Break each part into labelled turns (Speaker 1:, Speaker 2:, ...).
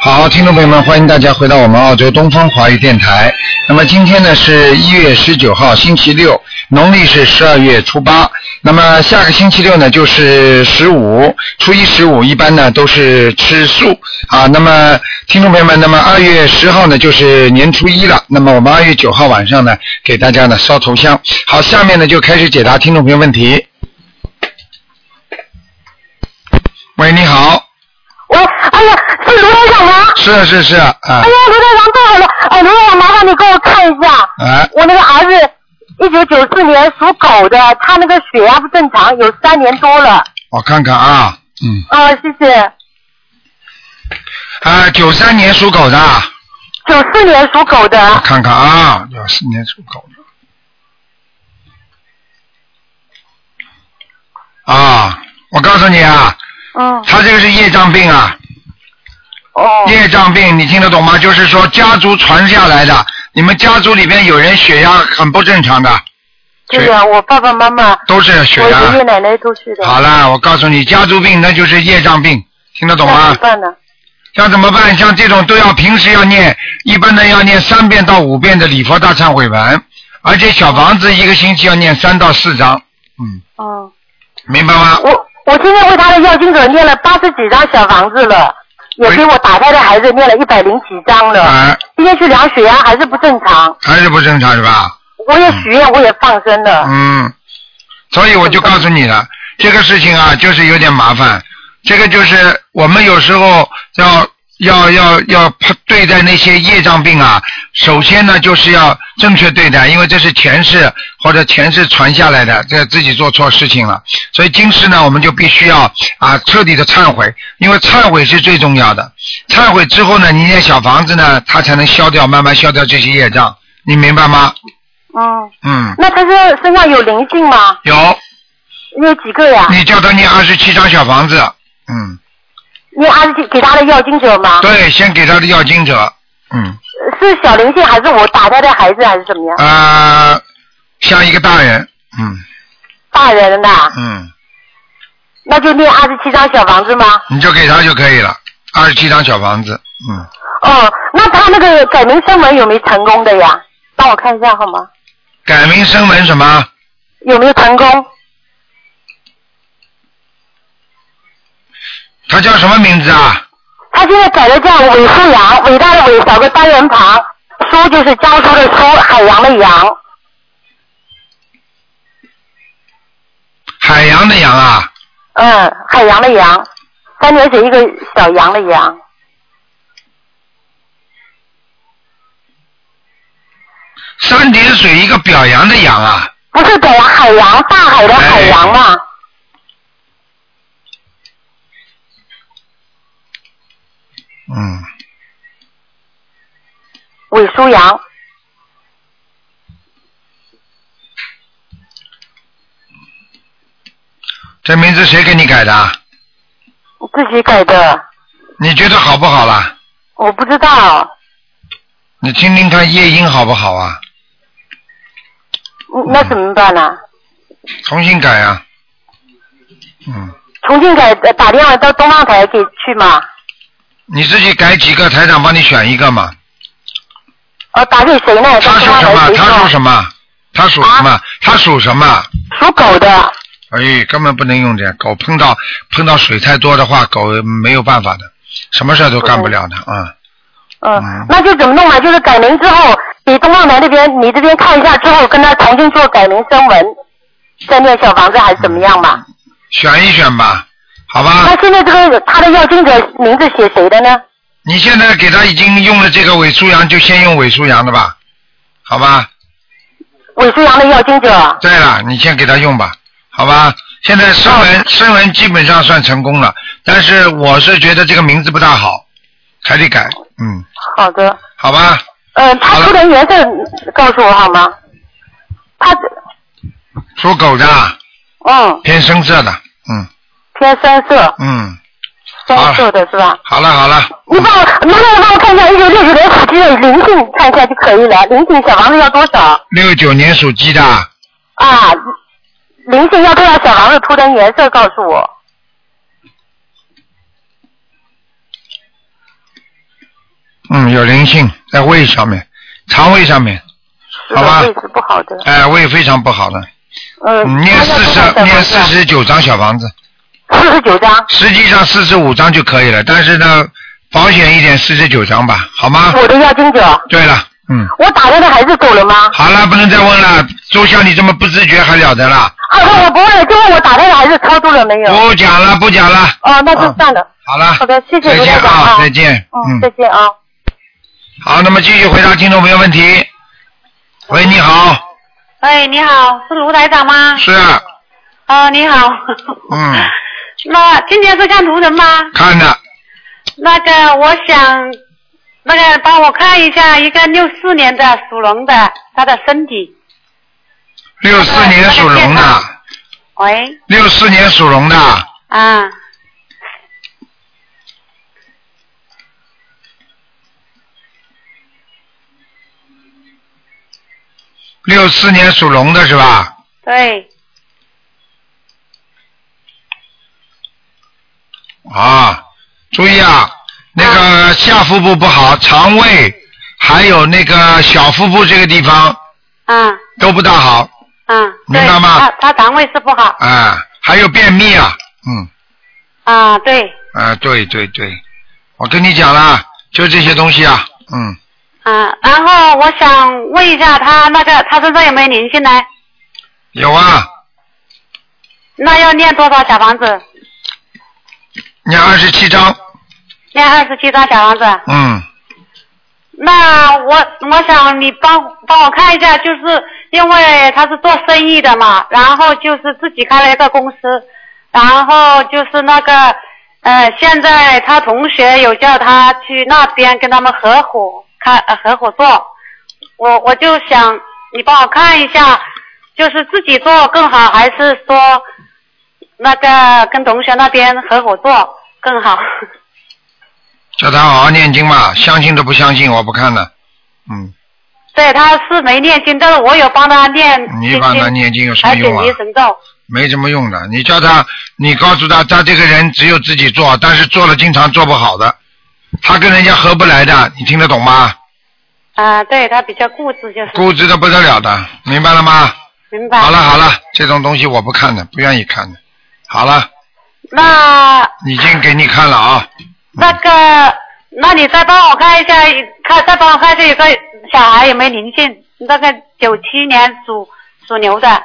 Speaker 1: 好，听众朋友们，欢迎大家回到我们澳洲东方华语电台。那么今天呢是一月十九号，星期六，农历是十二月初八。那么下个星期六呢就是十五，初一十五一般呢都是吃素啊。那么听众朋友们，那么二月十号呢就是年初一了。那么我们二月九号晚上呢给大家呢烧头香。好，下面呢就开始解答听众朋友问题。喂，你好，
Speaker 2: 喂，哎呀，是卢台长吗？
Speaker 1: 是是是，啊
Speaker 2: 哎呀，卢台长太好了！哎，卢台长，麻烦你给我看一下，
Speaker 1: 啊。
Speaker 2: 我那个儿子，一九九四年属狗的，他那个血压不正常，有三年多了。
Speaker 1: 我看看啊，嗯，
Speaker 2: 啊、谢谢。
Speaker 1: 啊，九三年属狗的，
Speaker 2: 九四年属狗的，
Speaker 1: 我看看啊，九四年属狗的。啊，我告诉你啊，
Speaker 2: 嗯，
Speaker 1: 他这个是业障病啊，
Speaker 2: 哦，
Speaker 1: 业障病，你听得懂吗？就是说家族传下来的，你们家族里边有人血压很不正常的，
Speaker 2: 对呀、我爸爸妈妈，
Speaker 1: 都是血
Speaker 2: 我
Speaker 1: 压。
Speaker 2: 爷爷奶奶都是的。
Speaker 1: 好了，我告诉你，家族病那就是业障病，听得懂啊
Speaker 2: 那
Speaker 1: 吗？
Speaker 2: 怎么办呢？
Speaker 1: 像怎么办？像这种都要平时要念，一般的要念三遍到五遍的礼佛大忏悔文，而且小房子一个星期要念三到四章，嗯，
Speaker 2: 嗯，
Speaker 1: 明白吗？
Speaker 2: 我我现在为他的要经者念了八十几张小房子了，也
Speaker 1: 喂
Speaker 2: 给我打胎的孩子念了一百零几张了。
Speaker 1: 啊，
Speaker 2: 今天去量血压还是不正常，
Speaker 1: 还是不正常是吧？
Speaker 2: 我也许愿，我也放生了。
Speaker 1: 嗯，所以我就告诉你了，这个事情啊，就是有点麻烦。这个就是我们有时候要要要要判对待那些业障病啊，首先呢就是要正确对待，因为这是前世或者前世传下来的，这自己做错事情了，所以今世呢我们就必须要啊彻底的忏悔，因为忏悔是最重要的。忏悔之后呢，你那小房子呢，它才能消掉，慢慢消掉这些业障，你明白吗？
Speaker 2: 嗯，
Speaker 1: 嗯，
Speaker 2: 那他是身上有灵性吗？
Speaker 1: 有。
Speaker 2: 有几个呀？
Speaker 1: 你叫他念二十七张小房子，嗯，
Speaker 2: 你还是给给他的要经者吗？
Speaker 1: 对，先给他的要经者，嗯，
Speaker 2: 是小灵性还是我打胎的孩子还是怎么样？
Speaker 1: 啊，像一个大人，嗯
Speaker 2: 大人呐，
Speaker 1: 嗯，
Speaker 2: 那就念二十七张小房子吗？
Speaker 1: 你就给他就可以了，二十七张小房子，嗯，
Speaker 2: 哦，那他那个改名声纹有没有成功的呀？帮我看一下好吗？
Speaker 1: 改名声纹什么？
Speaker 2: 有没有成功？
Speaker 1: 他叫什么名字啊？
Speaker 2: 他现在改的叫韦树阳，伟大的伟，少个单人旁，苏就是江苏的苏，海洋的洋。
Speaker 1: 海洋的洋啊，
Speaker 2: 嗯，海洋的洋，三点水一个小羊的羊。
Speaker 1: 三点水一个表扬的扬啊，
Speaker 2: 不是表扬海洋，大海的海
Speaker 1: 哎
Speaker 2: 洋嘛。
Speaker 1: 嗯，
Speaker 2: 韦舒阳，
Speaker 1: 这名字谁给你改的啊？
Speaker 2: 自己改的，
Speaker 1: 你觉得好不好啦？
Speaker 2: 我不知道。
Speaker 1: 你听听看夜莺好不好啊？
Speaker 2: 嗯那怎么办呢、
Speaker 1: 重新改啊，嗯。
Speaker 2: 重新改，呃打电话到东方台给去嘛？
Speaker 1: 你自己改几个，台长帮你选一个嘛。
Speaker 2: 哦，打给谁呢？
Speaker 1: 他
Speaker 2: 在
Speaker 1: 属
Speaker 2: 东方
Speaker 1: 什
Speaker 2: 台
Speaker 1: 么？
Speaker 2: 谁
Speaker 1: 他属
Speaker 2: 说？啊
Speaker 1: 什么？他属什么？他属什么？
Speaker 2: 属狗的。
Speaker 1: 哎，根本不能用这样。狗碰到碰到水太多的话，狗没有办法的，什么事儿都干不了的啊、
Speaker 2: 嗯
Speaker 1: 嗯，
Speaker 2: 那就怎么弄嘛？就是改名之后，给东方台那边你这边看一下之后，跟他重新做改名声纹，再念小房子还是怎么样嘛？
Speaker 1: 选一选吧，好吧
Speaker 2: 那？现在这个他的要经者名字写谁的呢？
Speaker 1: 你现在给他已经用了这个伪舒阳，就先用伪舒阳的吧，好吧？
Speaker 2: 韦舒阳的要经者。
Speaker 1: 对了，你先给他用吧，好吧？现在声
Speaker 2: 哦
Speaker 1: 纹声纹基本上算成功了，但是我是觉得这个名字不大好，还得改，嗯，
Speaker 2: 好的，
Speaker 1: 好吧？
Speaker 2: 嗯，
Speaker 1: 好
Speaker 2: 他
Speaker 1: 了
Speaker 2: 出的颜色告诉我好吗？他，
Speaker 1: 属狗的。啊
Speaker 2: 嗯，
Speaker 1: 偏深色的，嗯
Speaker 2: 偏深色，
Speaker 1: 嗯，
Speaker 2: 深色的是吧？
Speaker 1: 好了好了，
Speaker 2: 你帮我，能不能帮我看一下一九六九年属鸡的灵性，看一下就可以了。灵性小房子要多少
Speaker 1: 六九年属鸡的，
Speaker 2: 啊？灵性要多少小房子涂的颜色告诉我。
Speaker 1: 嗯，有灵性在胃上面，肠胃上面，
Speaker 2: 是
Speaker 1: 好吧
Speaker 2: 的，位置不好的。
Speaker 1: 哎、胃非常不好的。
Speaker 2: 嗯，
Speaker 1: 嗯念
Speaker 2: 他要
Speaker 1: 四
Speaker 2: 多少
Speaker 1: 十，
Speaker 2: 张
Speaker 1: 念
Speaker 2: 房子
Speaker 1: 四
Speaker 2: 啊？
Speaker 1: 十九张小房子，
Speaker 2: 四十九张。
Speaker 1: 实际上四十五张就可以了，但是呢，保险一点，四十九张吧，好吗？
Speaker 2: 我的要经者，
Speaker 1: 对了，嗯，
Speaker 2: 我打来的还是走了吗？
Speaker 1: 好了，不能再问了。周像你这么不自觉还了得了？
Speaker 2: 啊，我不问了，就问我打来的还是超度了没有？哦、
Speaker 1: 不讲了，不讲了，
Speaker 2: 那
Speaker 1: 啊
Speaker 2: 就算了。
Speaker 1: 好了。
Speaker 2: 好的谢谢
Speaker 1: 再见
Speaker 2: 卢台长
Speaker 1: 啊，
Speaker 2: 啊
Speaker 1: 再见。
Speaker 2: 嗯，再见啊。
Speaker 1: 好，那么继续回答听众朋友问题。喂，你好，
Speaker 3: 哎，你好，是卢台长吗？
Speaker 1: 是，啊
Speaker 3: 哦，你 好。
Speaker 1: 嗯，
Speaker 3: 那今天是看图腾吗？
Speaker 1: 看的，
Speaker 3: 那个，我想，那个帮我看一下一个六四年的属龙的他的身体。
Speaker 1: 六四年属龙的，
Speaker 3: 喂，
Speaker 1: 六四年属龙的，
Speaker 3: 啊，
Speaker 1: 六四年属龙的是吧？
Speaker 3: 对，
Speaker 1: 啊，注意啊，那个下腹部不好，肠胃还有那个小腹部这个地方
Speaker 3: 嗯
Speaker 1: 都不大好，
Speaker 3: 嗯，对
Speaker 1: 明白吗
Speaker 3: 他他肠胃是不好
Speaker 1: 啊，还有便秘啊，嗯，
Speaker 3: 啊，对，
Speaker 1: 啊，对对对，我跟你讲啦，就这些东西啊，嗯，
Speaker 3: 啊，然后我想问一下他那个他身上有没有灵性呢？
Speaker 1: 有啊，
Speaker 3: 那要念多少小房子？
Speaker 1: 念二十七章，
Speaker 3: 念二十七张小房子。
Speaker 1: 嗯，
Speaker 3: 那我我想你帮帮我看一下，就是因为他是做生意的嘛，然后就是自己开了一个公司，然后就是那个呃，现在他同学有叫他去那边跟他们合伙开、呃、合伙做，我我就想你帮我看一下，就是自己做更好，还是说那个跟同学那边合伙做更好？
Speaker 1: 叫他好好念经吧，相信都不相信，我不看了，嗯，
Speaker 3: 对，他是没念经，但是我有帮他念心经。
Speaker 1: 你帮他念经有什么
Speaker 3: 还紧
Speaker 1: 用啊？
Speaker 3: 急神咒。
Speaker 1: 没什么用的。你叫他，你告诉他，他这个人只有自己做，但是做了经常做不好的，他跟人家合不来的，你听得懂吗？
Speaker 3: 啊、对他比较固执，就是
Speaker 1: 固执的不得了的，明白了吗？
Speaker 3: 明白。
Speaker 1: 好了好了，这种东西我不看的，不愿意看的。好了，
Speaker 3: 那
Speaker 1: 已经给你看了啊，
Speaker 3: 那个，那你再帮我看一下，看再帮我看一下有个小孩有没有灵性？那个九七年属属牛的，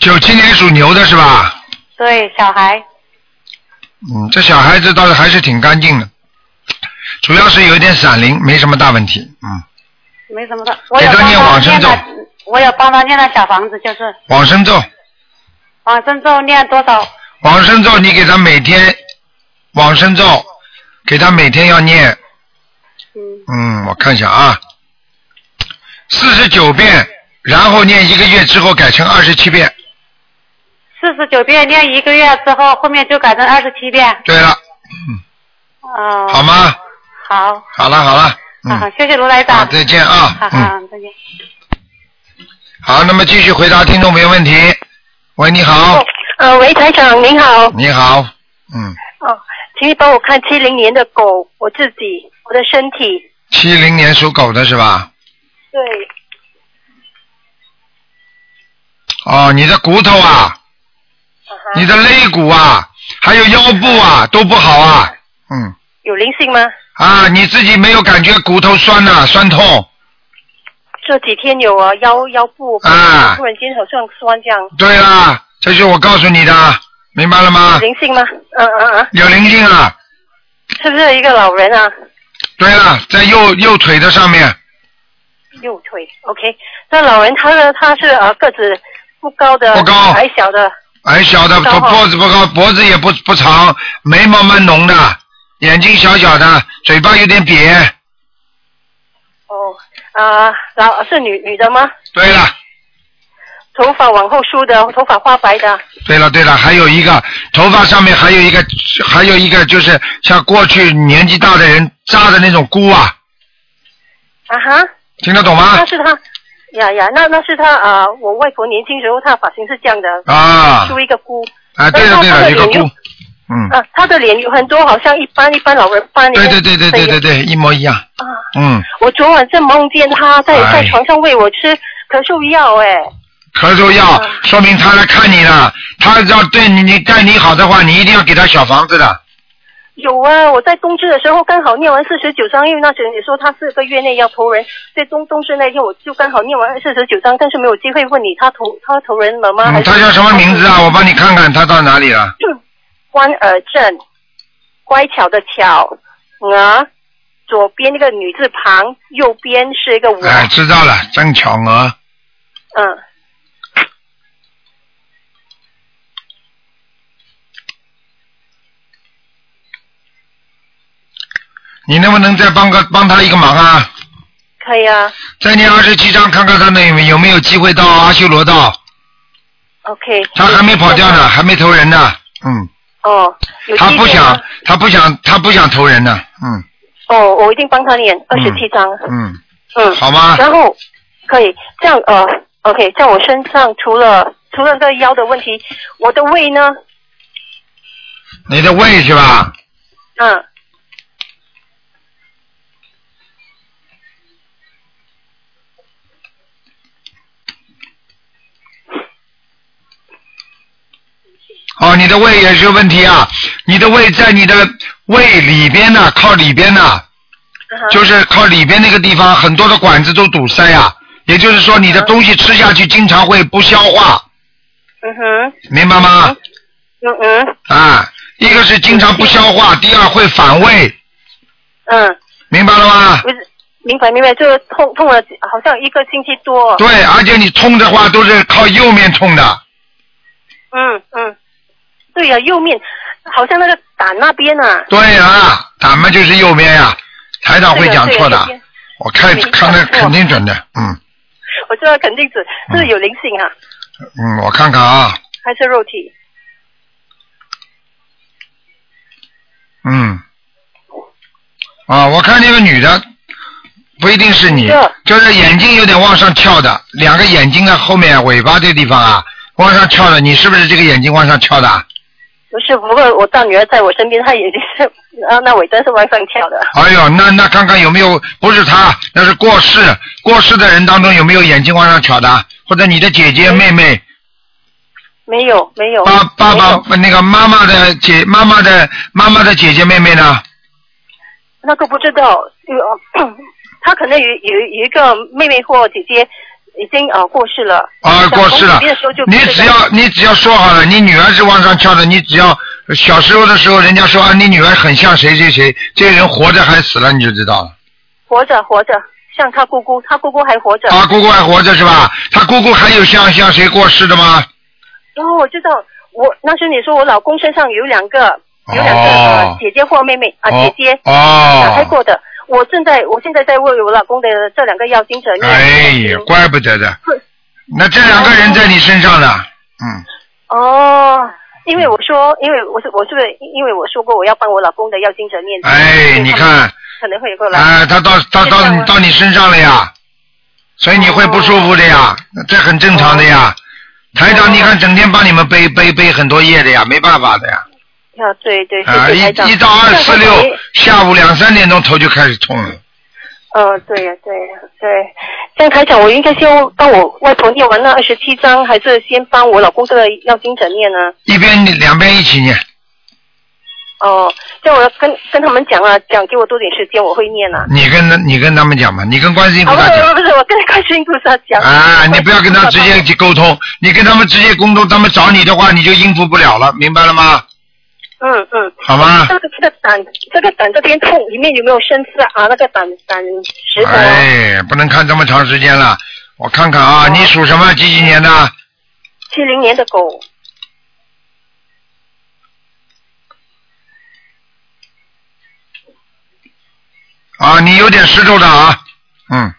Speaker 1: 九七年属牛的是吧？
Speaker 3: 对，小孩，
Speaker 1: 嗯，这小孩子倒是还是挺干净的，主要是有一点闪灵，没什么大问题。嗯，
Speaker 3: 没什么的。我
Speaker 1: 给
Speaker 3: 有
Speaker 1: 他
Speaker 3: 帮
Speaker 1: 念
Speaker 3: 他
Speaker 1: 往生
Speaker 3: 念
Speaker 1: 咒
Speaker 3: 了，我有帮他念了小房子，就是
Speaker 1: 往生咒，
Speaker 3: 往生咒念多少？
Speaker 1: 往生咒你给他每天，往生咒给他每天要念
Speaker 3: 嗯，
Speaker 1: 嗯，我看一下啊，四十九遍，然后念一个月之后改成二十七遍。
Speaker 3: 四十九遍念一个月之后，后面就改成二十七遍。
Speaker 1: 对了，
Speaker 3: 哦、
Speaker 1: 好吗？
Speaker 3: 好，
Speaker 1: 好了好了，嗯，
Speaker 3: 好，谢谢卢台
Speaker 1: 好，
Speaker 3: 长。
Speaker 1: 再见啊
Speaker 3: 好，
Speaker 1: 嗯，
Speaker 3: 好，再见。
Speaker 1: 好，那么继续回答听众朋友问题。喂，你
Speaker 3: 哦
Speaker 1: 好，
Speaker 4: 呃，喂，台长您好，
Speaker 1: 你好，嗯，
Speaker 4: 哦，请你帮我看七零年的狗，我自己，我的身体，
Speaker 1: 七零年属狗的是吧？
Speaker 4: 对，
Speaker 1: 哦，你的骨头啊，
Speaker 4: 啊哈
Speaker 1: 你的肋骨啊，还有腰部啊，都不好啊，嗯，
Speaker 4: 有灵性吗？
Speaker 1: 啊，你自己没有感觉骨头酸呐、酸痛，
Speaker 4: 这几天有啊，腰腰部
Speaker 1: 啊
Speaker 4: 突然间好像酸这样，
Speaker 1: 对啦，这是我告诉你的，明白了吗
Speaker 4: 有？灵性吗？嗯嗯嗯，
Speaker 1: 有灵性啊。
Speaker 4: 是不是一个老人啊？
Speaker 1: 对了，在右右腿的上面，
Speaker 4: 右腿，OK，那老人他呢？他是呃个子不高的，
Speaker 1: 不高
Speaker 4: 矮小的，
Speaker 1: 矮小的，
Speaker 4: 稍
Speaker 1: 头
Speaker 4: 后
Speaker 1: 脖子不高，脖子也不不长，眉毛蛮浓的，眼睛小小的，嘴巴有点瘪。
Speaker 4: 哦，啊、老是女女的吗？
Speaker 1: 对了，
Speaker 4: 头发往后梳的，头发花白的，啊
Speaker 1: 对了，对了，还有一个头发上面还有一个，还有一个就是像过去年纪大的人扎的那种箍啊，
Speaker 4: 啊哈。
Speaker 1: 听得懂
Speaker 4: 那
Speaker 1: 吗？
Speaker 4: 是他，呀呀，那那是他啊、呃我外婆年轻时候她发型是这样的，
Speaker 1: 啊
Speaker 4: 梳一个箍，
Speaker 1: 啊，对了对了，有个箍，嗯，
Speaker 5: 啊，他的脸有很多，好像一般一般老人斑。
Speaker 1: 对对对对对对。对，一模一样。
Speaker 5: 啊，
Speaker 1: 嗯，
Speaker 5: 我昨晚正梦见他在
Speaker 1: 哎
Speaker 5: 在床上喂我吃咳嗽药，哎，
Speaker 1: 咳嗽药
Speaker 5: 嗯
Speaker 1: 说明他来看你了，他要对你你对你好的话，你一定要给他小房子
Speaker 5: 啊
Speaker 1: 的。
Speaker 5: 有啊，我在冬至的时候刚好念完四十九章，因为那时你说他四个月内要投人，在冬冬至那天我就刚好念完四十九章，但是没有机会问你他投他投人了吗？还
Speaker 1: 嗯，
Speaker 5: 是
Speaker 1: 他叫什么名字啊？我帮你看看他到哪里了。
Speaker 5: 关尔正，乖巧的巧，鹅，左边那个女字旁，右边是一个我，
Speaker 1: 哎，知道了，郑巧娥，
Speaker 5: 嗯，
Speaker 1: 你能不能再帮个帮他一个忙啊？
Speaker 5: 可以啊
Speaker 1: 再念二十七章，看看他那有没有机会到阿修罗道。
Speaker 5: ，OK。
Speaker 1: 他还没跑掉呢，还没投人呢。嗯，
Speaker 5: 哦，有
Speaker 1: 他
Speaker 5: 机
Speaker 1: 不
Speaker 5: 会
Speaker 1: 想
Speaker 5: 啊，
Speaker 1: 他不想，他不想投人呢。嗯
Speaker 5: 哦，我一定帮他念二十七章，
Speaker 1: 嗯，
Speaker 5: 嗯，
Speaker 1: 好吗？
Speaker 5: 然后可以这样呃，OK，在我身上除了除了这个腰的问题，我的胃呢，
Speaker 1: 你的胃是吧？
Speaker 5: 嗯，
Speaker 1: 哦，你的胃也是个问题啊。你的胃在你的胃里边呢，靠里边呢，
Speaker 5: 嗯
Speaker 1: 就是靠里边那个地方，很多的管子都堵塞啊。也就是说，你的东西吃下去经常会不消化，
Speaker 5: 嗯哼，
Speaker 1: 明白吗？
Speaker 5: 嗯嗯
Speaker 1: 啊，一个是经常不消化，第二会反胃，
Speaker 5: 嗯，
Speaker 1: 明白了吗？
Speaker 5: 不是，明白明白，就是痛痛了，好像一个星期多，
Speaker 1: 对，而且你痛的话都是靠右面痛的，
Speaker 5: 嗯嗯，对呀、右面好像那个胆那边啊，
Speaker 1: 对啊，咱们就是右边呀、台啊长会
Speaker 5: 对呀
Speaker 1: 讲
Speaker 5: 对呀
Speaker 1: 错
Speaker 5: 右
Speaker 1: 的
Speaker 5: 边，
Speaker 1: 我看
Speaker 5: 对
Speaker 1: 看的
Speaker 5: 讲错
Speaker 1: 肯定准的，嗯
Speaker 5: 我知道肯定是是有灵性啊，
Speaker 1: 嗯，我看看啊，
Speaker 5: 还是肉体，
Speaker 1: 嗯，啊，我看那个女的，不一定是你
Speaker 5: 是，
Speaker 1: 就是眼睛有点往上翘的，两个眼睛的啊后面尾巴这地方啊，往上翘的，你是不是这个眼睛往上翘的？啊
Speaker 5: 不是，不过我大女儿在我身边，她也是啊，那尾真是往上跳的，
Speaker 1: 哎呦，那那看看有没有不是他，那是过世过世的人当中有没有眼睛往上翘的，啊或者你的姐姐、妹妹、
Speaker 5: 没有没有，
Speaker 1: 爸爸
Speaker 5: 没有
Speaker 1: 爸那个妈妈的姐、妈妈的妈妈的姐姐、妹妹呢？
Speaker 5: 那个不知道， 有他可能有有有一个妹妹或姐姐已经呃过世了。
Speaker 1: 啊，
Speaker 5: 想
Speaker 1: 过世
Speaker 5: 从
Speaker 1: 了
Speaker 5: 里面的时候就。
Speaker 1: 你
Speaker 5: 不知
Speaker 1: 只
Speaker 5: 道
Speaker 1: 要你只要说好了，你女儿是往上翘的，你只要小时候的时候，人家说啊，你女儿很像谁谁谁，这个人活着还死了，你就知道了。
Speaker 5: 活着活着，像他姑姑，他姑姑还活着。
Speaker 1: 啊，姑姑还活着是吧？她姑姑还有像像谁过世的吗？
Speaker 5: 然哦后我知道，我那时你说我老公身上有两个，有两个、
Speaker 1: 哦
Speaker 5: 呃姐姐或妹妹啊、
Speaker 1: 哦
Speaker 5: 姐姐打开
Speaker 1: 哦，
Speaker 5: 过的。我正在我现在在为我老公的这两个要精者念。
Speaker 1: 哎
Speaker 5: 嗯
Speaker 1: 呀，怪不得的。那这两个人在你身上呢？嗯，
Speaker 5: 哦。因为我说，因为我是我是不是因为我说过我要帮我老公的要精者念，所
Speaker 1: 哎，
Speaker 5: 以
Speaker 1: 你
Speaker 5: 他们
Speaker 1: 看，
Speaker 5: 可能会过来。
Speaker 1: 哎，他到他
Speaker 5: 身上
Speaker 1: 到
Speaker 5: 了
Speaker 1: 到你身上了呀，所以你会不舒服的呀，
Speaker 5: 哦
Speaker 1: 这很正常的呀。台长，你看整天帮你们背背背很多页的呀，没办法的呀。
Speaker 5: 啊，对对，谢
Speaker 1: 啊，
Speaker 5: 谢台长。
Speaker 1: 一一到二四
Speaker 5: 那
Speaker 1: 六
Speaker 5: 我
Speaker 1: 下午两三点钟头就开始痛了。
Speaker 5: 呃，对呀、对呀、对。这样台长，我应该先帮我外婆念完那二十七章，还是先帮我老公这个要经者念呢？
Speaker 1: 一边两边一起念，
Speaker 5: 哦、这样我要跟跟他们讲啊，讲给我多点时间，我会念啊。
Speaker 1: 你跟他你跟他们讲吧，你跟观世音
Speaker 5: 啊，
Speaker 1: 菩
Speaker 5: 不
Speaker 1: 萨
Speaker 5: 是
Speaker 1: 讲。
Speaker 5: 不是不是，我跟观世音菩萨讲。
Speaker 1: 啊，你不要跟他直接去沟通，你跟他们直接沟通，他们找你的话你就应付不了了，明白了吗？
Speaker 5: 嗯嗯，
Speaker 1: 好吗？
Speaker 5: 这个这个胆，这个胆这边痛，里面有没有生刺啊？那个胆胆石头、啊，
Speaker 1: 哎，不能看这么长时间了，我看看
Speaker 5: 哦
Speaker 1: 啊，你属什么？几几年的？
Speaker 5: 七零年的狗，
Speaker 1: 啊，你有点石头的啊，嗯，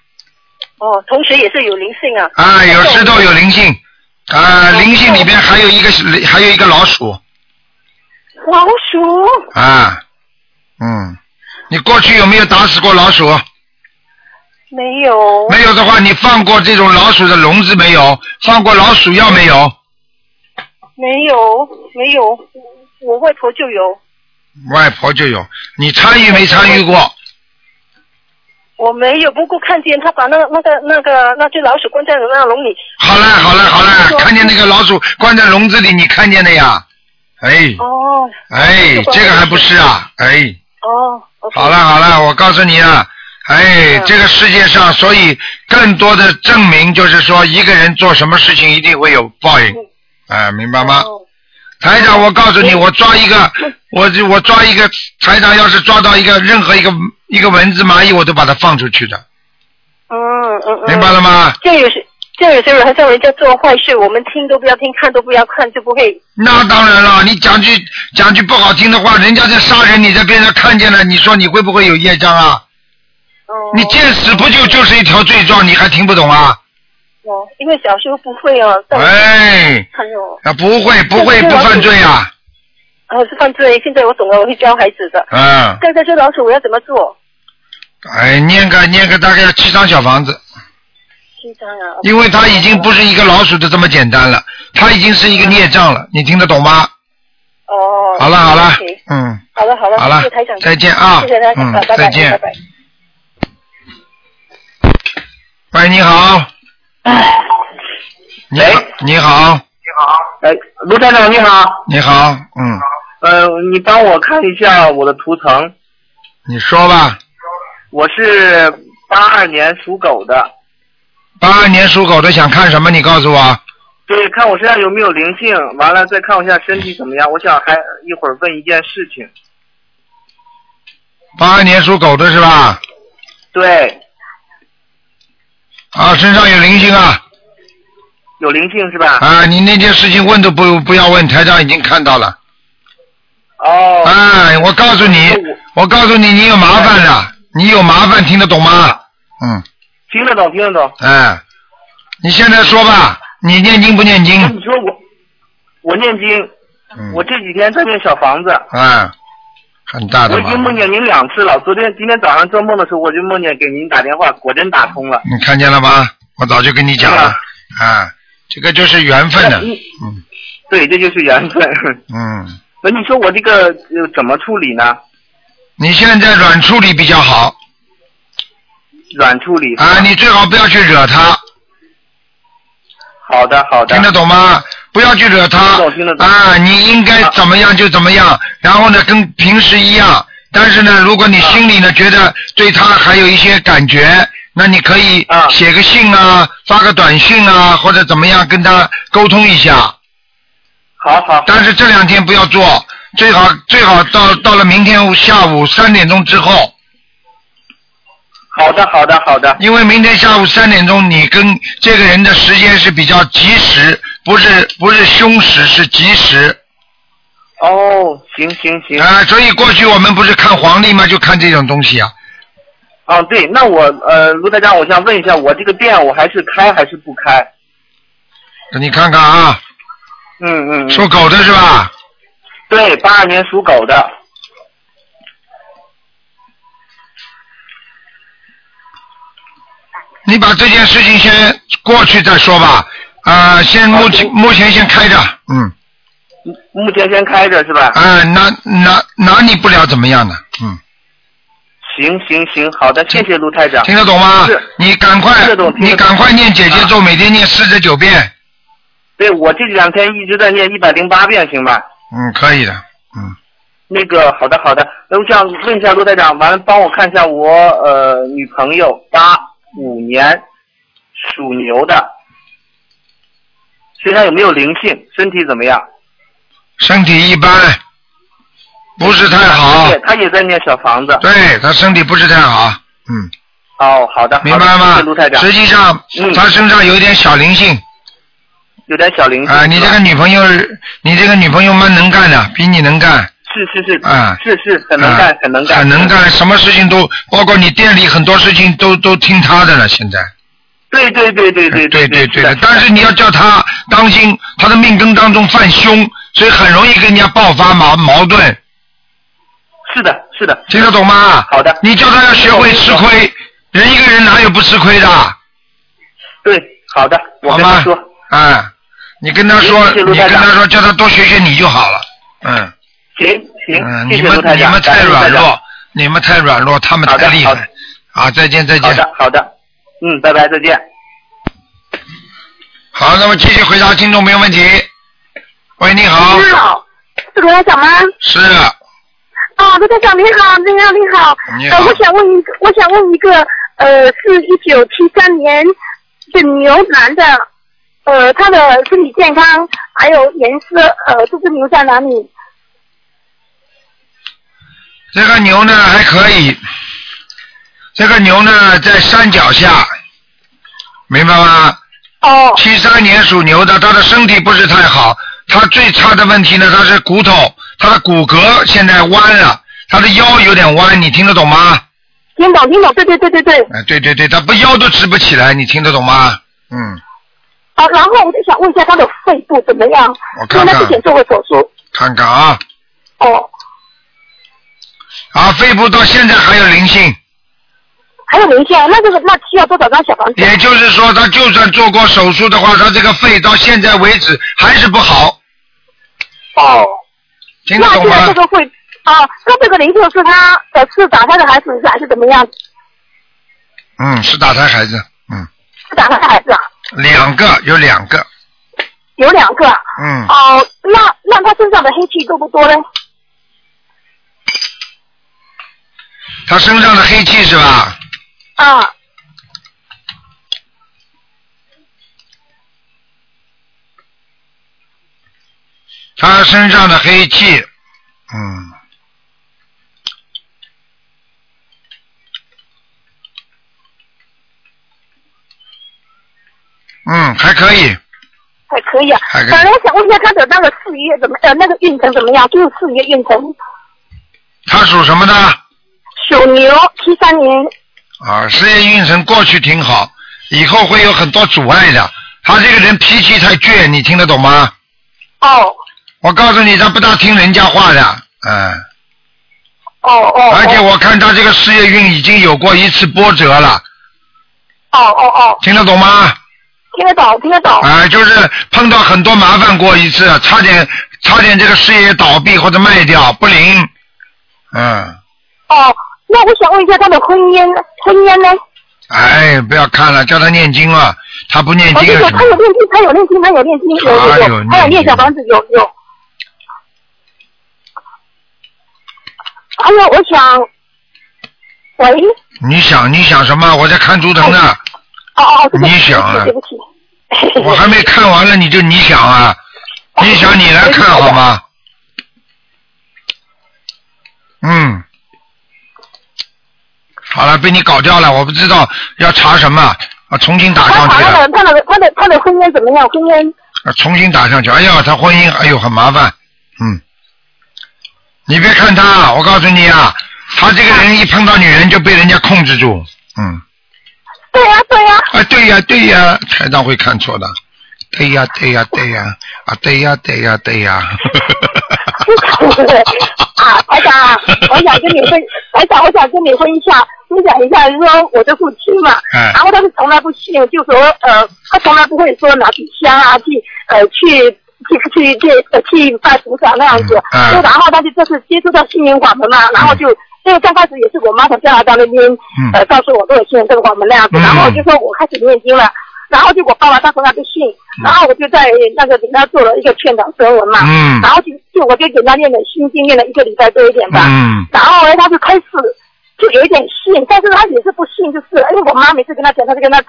Speaker 5: 哦，同时也是有灵性啊。
Speaker 1: 啊，有石头有灵性，啊，灵性里边还有一个还有一个老鼠，
Speaker 5: 老鼠，
Speaker 1: 啊，嗯，你过去有没有打死过老鼠？
Speaker 5: 没有。
Speaker 1: 没有的话，你放过这种老鼠的笼子没有？放过老鼠药没有？
Speaker 5: 没有，没有，
Speaker 4: 我外婆就有，
Speaker 1: 外婆就有，你参与没参与过？
Speaker 4: 我没有，不过看见她把那那个那个那只老鼠关在那笼里。
Speaker 1: 好了好了好了，看见那个老鼠关在笼子里，你看见的呀？哎
Speaker 4: 哦
Speaker 1: 哎，这个还不是啊？哎，
Speaker 4: 哦。OK
Speaker 1: 好了。好了，我告诉你啊，
Speaker 4: 嗯
Speaker 1: 哎，这个世界上，所以更多的证明就是说，一个人做什么事情一定会有报应，哎，明白吗？
Speaker 4: 嗯哦嗯
Speaker 1: 台长，我告诉你，我抓一个，我就我抓一个，台长要是抓到一个任何一个一个蚊子、蚂蚁，我都把它放出去的，
Speaker 4: 嗯嗯嗯。
Speaker 1: 明白了吗？
Speaker 4: 就有些就有些人还叫人家做坏事，我们听都不要听，看都不要看，就不会。
Speaker 1: 那当然了，你讲句讲句不好听的话，人家在杀人，你在边上看见了，你说你会不会有业障啊？
Speaker 4: 哦。
Speaker 1: 你见死不救就是一条罪状，你还听不懂啊？
Speaker 4: 哦，因为小时候不会哦。但
Speaker 1: 哎，
Speaker 4: 还有，
Speaker 1: 啊，不会不会不犯罪啊，
Speaker 4: 哦，是犯罪。现在我懂了，我会教孩子的。
Speaker 1: 嗯，
Speaker 4: 刚才这老鼠我要怎么做？
Speaker 1: 哎，念个念个大概要七张小房子，
Speaker 4: 七张啊。
Speaker 1: 因为它已经不是一个老鼠的这么简单了，它已经是一个孽障了，你听得懂吗？
Speaker 4: 哦。
Speaker 1: 好了好了
Speaker 4: OK，
Speaker 1: 嗯，
Speaker 4: 好了好了，
Speaker 1: 好了
Speaker 4: 谢谢台长，，
Speaker 1: 再见啊，
Speaker 4: 谢谢台长，
Speaker 1: 嗯
Speaker 4: 好，拜拜，
Speaker 1: 再见
Speaker 4: 拜。拜。
Speaker 1: 喂，你好，你好
Speaker 6: 喂
Speaker 1: 你好，
Speaker 6: 哎，卢站长你好，
Speaker 1: 你好，嗯，
Speaker 6: 呃，你帮我看一下我的图腾，
Speaker 1: 你说吧，
Speaker 6: 我是八二年属狗的，
Speaker 1: 八二年属狗的想看什么？你告诉我。
Speaker 6: 对，看我身上有没有灵性，完了再看我一下身体怎么样。我想还一会儿问一件事情，
Speaker 1: 八二年属狗的是吧？
Speaker 6: 对，
Speaker 1: 啊，身上有灵性啊！
Speaker 6: 有灵性是吧？
Speaker 1: 啊，你那件事情问都不不要问，台长已经看到了。
Speaker 6: 哦，
Speaker 1: 哎，我告诉你，我告诉你，你有麻烦
Speaker 6: 哎
Speaker 1: 了，你有麻烦，听得懂吗？嗯，
Speaker 6: 听得懂，听得懂。
Speaker 1: 哎，你现在说吧，你念经不念
Speaker 6: 那
Speaker 1: 经？
Speaker 6: 你说我，我念经，
Speaker 1: 嗯，
Speaker 6: 我这几天在念小房子，
Speaker 1: 哎，很大的
Speaker 6: 我已
Speaker 1: 麻
Speaker 6: 经梦
Speaker 1: 烦。
Speaker 6: 见您两次了。昨天、今天早上做梦的时候，我就梦见给您打电话，果真打通了。
Speaker 1: 你看见了吧？我早就跟你讲了，啊，这个就是缘分的
Speaker 6: 那，你
Speaker 1: 嗯
Speaker 6: 对，这就是缘分。
Speaker 1: 嗯，
Speaker 6: 那你说我这个呃怎么处理呢？
Speaker 1: 你现在软处理比较好
Speaker 6: 软处理是吧
Speaker 1: 啊，你最好不要去惹他，
Speaker 6: 好的好的
Speaker 1: 听得懂吗？不要去惹他
Speaker 6: 听得懂听得懂啊
Speaker 1: 啊！你应该怎么样就怎么样，然后呢，跟平时一样。但是呢，如果你心
Speaker 6: 啊
Speaker 1: 里呢觉得对他还有一些感觉，那你可以
Speaker 6: 啊
Speaker 1: 写个信啊，发个短信啊，或者怎么样跟他沟通一下。
Speaker 6: 好好
Speaker 1: 但是这两天不要做，最好最好到到了明天下午三点钟之后，
Speaker 6: 好的好的好的
Speaker 1: 因为明天下午三点钟你跟这个人的时间是比较及时，不是不是凶时是及时。
Speaker 6: 哦行行行
Speaker 1: 啊，所以过去我们不是看黄历吗？就看这种东西啊。
Speaker 6: 啊对那我呃卢台长我想问一下我这个店我还是开还是不开
Speaker 1: 你看看啊，
Speaker 6: 嗯嗯嗯
Speaker 1: 属狗的是吧？
Speaker 6: 对八二年属狗的
Speaker 1: 你把这件事情先过去再说吧。啊、先目前目前先开着，嗯，
Speaker 6: 目目前先开着是吧
Speaker 1: 啊、拿拿拿你不了怎么样的，嗯，
Speaker 6: 行行行好的谢谢卢台长
Speaker 1: 听得懂吗
Speaker 6: 是？
Speaker 1: 你赶快
Speaker 6: 听得懂，听
Speaker 1: 你
Speaker 6: 得懂啊
Speaker 1: 赶快念姐姐咒，每天念四十九遍，
Speaker 6: 对我这两天一直在念一百零八遍行吧
Speaker 1: 嗯，可以的，嗯，
Speaker 6: 那个好的好的那我想问一下卢台长完了帮我看一下我呃女朋友八五年属牛的，身上有没有灵性？身体怎么样？
Speaker 1: 身体一般，不是太好
Speaker 6: 对，，他也在念小房子。
Speaker 1: 哦对他身体不是太好，嗯。
Speaker 6: 哦，好的，好的
Speaker 1: 明白
Speaker 6: 谢
Speaker 1: 吗
Speaker 6: 谢卢台？长
Speaker 1: 实际上，
Speaker 6: 嗯
Speaker 1: 他身上有一点小灵性
Speaker 6: 有点小灵性。
Speaker 1: 啊、你这个女朋友，你这个女朋友蛮能干的，比你能干，
Speaker 6: 是是是，
Speaker 1: 啊
Speaker 6: 是是很能干
Speaker 1: 啊，
Speaker 6: 很能干，
Speaker 1: 很能。干，什么事情都，包括你店里很多事情都都听她的了。现在，
Speaker 6: 对对对对对
Speaker 1: 嗯对
Speaker 6: 对
Speaker 1: 对
Speaker 6: 的
Speaker 1: 的。但
Speaker 6: 的
Speaker 1: 是你要叫她当心，她的命根当中犯凶，所以很容易跟人家爆发矛矛盾，
Speaker 6: 是的是的，
Speaker 1: 听得懂吗？
Speaker 6: 好的
Speaker 1: 你叫她要学会吃亏，人一个人哪有不吃亏的？
Speaker 6: 对，好的，我
Speaker 1: 好
Speaker 6: 跟他
Speaker 1: 吗
Speaker 6: 说。？
Speaker 1: 啊，你跟他说，
Speaker 6: 谢谢
Speaker 1: 你
Speaker 6: 卢
Speaker 1: 跟
Speaker 6: 台长
Speaker 1: 他说，叫他多学学你就好了。嗯，
Speaker 6: 行行，
Speaker 1: 嗯，
Speaker 6: 谢
Speaker 1: 你
Speaker 6: 谢卢
Speaker 1: 们
Speaker 6: 台
Speaker 1: 你
Speaker 6: 长，
Speaker 1: 们太
Speaker 6: 感谢
Speaker 1: 软
Speaker 6: 台长
Speaker 1: 弱，你们太软弱，他们
Speaker 6: 好的
Speaker 1: 太厉
Speaker 6: 好的
Speaker 1: 害。啊，再见再
Speaker 6: 好
Speaker 1: 见。
Speaker 6: 的好的，嗯，拜拜，再见。
Speaker 1: 好，那么继续回答听众朋友问题。喂，你好，
Speaker 5: 你好，是罗台长吗？
Speaker 1: 是
Speaker 5: 啊，罗台长你好，你好，你好。
Speaker 1: 你
Speaker 5: 呃，
Speaker 1: 好
Speaker 5: 我，想问一个，我想问一个，呃，是一九七三年的牛男的，呃，他的身体健康还有颜色，呃，肚子牛在哪里？
Speaker 1: 这个牛呢还可以，这个牛呢在山脚下，明白吗？
Speaker 5: 哦
Speaker 1: 七三年属牛的，他的身体不是太好，他最差的问题呢，他是骨头，他的骨骼现在弯了，他的腰有点弯，你听得懂吗？
Speaker 5: 听懂听懂，对对对对对。
Speaker 1: 啊，对对对，他不腰都直不起来，你听得懂吗？嗯，
Speaker 5: 啊，然后我就想问一下他的肺部怎么样？
Speaker 1: 我
Speaker 5: 因
Speaker 1: 看
Speaker 5: 为他
Speaker 1: 看
Speaker 5: 之前做过手术。
Speaker 1: 看看啊，
Speaker 5: 哦，
Speaker 1: 啊，肺部到现在还有灵性，
Speaker 5: 还有明显，那这个那需要多少张小房子？
Speaker 1: 也就是说，他就算做过手术的话，他这个肺到现在为止还是不好，
Speaker 5: 哦，
Speaker 1: 听得
Speaker 5: 那
Speaker 1: 懂
Speaker 5: 现在
Speaker 1: 吗
Speaker 5: 这？个会啊，那这个灵性是他的是打他的孩子还是怎么样？
Speaker 1: 嗯，是打胎孩子，嗯，
Speaker 5: 是打他的孩子啊？
Speaker 1: 两个有两个，
Speaker 5: 有两个啊。
Speaker 1: 嗯，
Speaker 5: 哦，那那他身上的黑气多不多呢？
Speaker 1: 他身上的黑气是吧？
Speaker 5: 啊，
Speaker 1: 他身上的黑气，嗯，嗯，还可以，
Speaker 5: 还可以啊。
Speaker 1: 还可以
Speaker 5: 本来想问一下他的那个事业怎么呃那个运程怎么样？就是事业运程，
Speaker 1: 他属什么的？
Speaker 5: 属牛，七三年。
Speaker 1: 啊，事业运程过去挺好，以后会有很多阻碍的。他这个人脾气太倔，你听得懂吗？
Speaker 5: 哦
Speaker 1: 我告诉你，他不大听人家话的，嗯，
Speaker 5: 哦哦。
Speaker 1: 而且我看他这个事业运已经有过一次波折了，
Speaker 5: 哦哦哦，
Speaker 1: 听得懂吗？
Speaker 5: 听得懂，听得懂。
Speaker 1: 啊、就是碰到很多麻烦过一次，差点差点这个事业倒闭或者卖掉不灵，嗯，
Speaker 5: 哦，那我想问一下他的婚姻呢，婚姻呢？
Speaker 1: 哎，不要看了，叫他念经了，他不念
Speaker 5: 我
Speaker 1: 经
Speaker 5: 哦就
Speaker 1: 有
Speaker 5: 说
Speaker 1: 什么
Speaker 5: 他有念经，他有念经，他有念经，有
Speaker 1: 他有
Speaker 5: 有
Speaker 1: 念
Speaker 5: 有
Speaker 1: 经，
Speaker 5: 他有念小房子，有有。还有，哎我想，喂，
Speaker 1: 你想你想什么？我在看图腾呢，
Speaker 5: 哦哦，哦对不起
Speaker 1: 你想啊
Speaker 5: 对不起，对不起
Speaker 1: 我还没看完了，你就你想啊，你想你来看好吗？嗯，好了，被你搞掉了，我不知道要查什么，我重新打
Speaker 5: 他
Speaker 1: 上去了。
Speaker 5: 他的他的他的他的婚姻怎么样？婚姻
Speaker 1: 啊，重新打上去。哎呀，他婚姻，哎呦，很麻烦。嗯，你别看他，我告诉你啊，他这个人一碰到女人就被人家控制住。嗯，
Speaker 5: 对呀、对呀、
Speaker 1: 啊，对呀，对呀，台长会看错的。对呀，对呀，对呀，啊，对呀，对呀，对呀。
Speaker 5: 啊，台长啊，我想跟你分，台长，我想跟你分一下，分享一下，就是说我的父亲嘛，
Speaker 1: 哎
Speaker 5: 然后他是从来不信，就说呃，他从来不会说拿起香啊，去呃去去去去呃去拜菩萨那样子，
Speaker 1: 嗯嗯
Speaker 5: 就然后他就这次接触到心灵法门嘛，然后就。因为刚开始也是我妈从加拿大那边，
Speaker 1: 嗯
Speaker 5: 呃，告诉我都有信这个法门那样子，
Speaker 1: 嗯
Speaker 5: 然后就说我开始念经了，然后结果爸爸他从来不信，然后我就在那个给他做了一个劝导声文嘛，
Speaker 1: 嗯
Speaker 5: 然后就就我就给他念了心经，念了一个礼拜多一点吧。
Speaker 1: 嗯
Speaker 5: 然后呢，他就开始就有一点信，但是他也是不信，就是因为我妈每次跟他讲，他就跟他吵。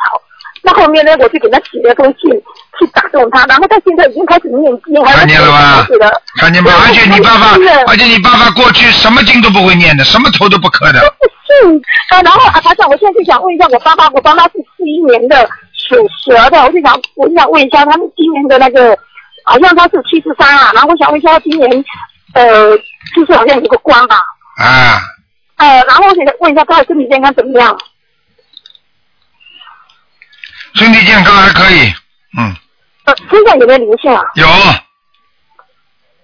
Speaker 5: 那后面呢，我就给他写了封信去打动他，然后他现在已经开始念经，还
Speaker 1: 看
Speaker 5: 有
Speaker 1: 见了吧
Speaker 5: 写了。
Speaker 1: 看见吧，而且你爸爸，而且你爸爸过去什么经都不会念的，什么头都不磕的。
Speaker 5: 信啊，然后啊，台长，我现在就想问一下我爸爸，我爸爸是四一年的属蛇的，我就想我就想问一下他们今年的那个，好像他是七十三啊，然后我想问一下他今年呃，就是好像有个官吧，
Speaker 1: 啊，
Speaker 5: 呃，然后我想问一下他的身体健康怎么样？
Speaker 1: 身体健康还可以。嗯，
Speaker 5: 呃，身上有没有灵性啊？
Speaker 1: 有。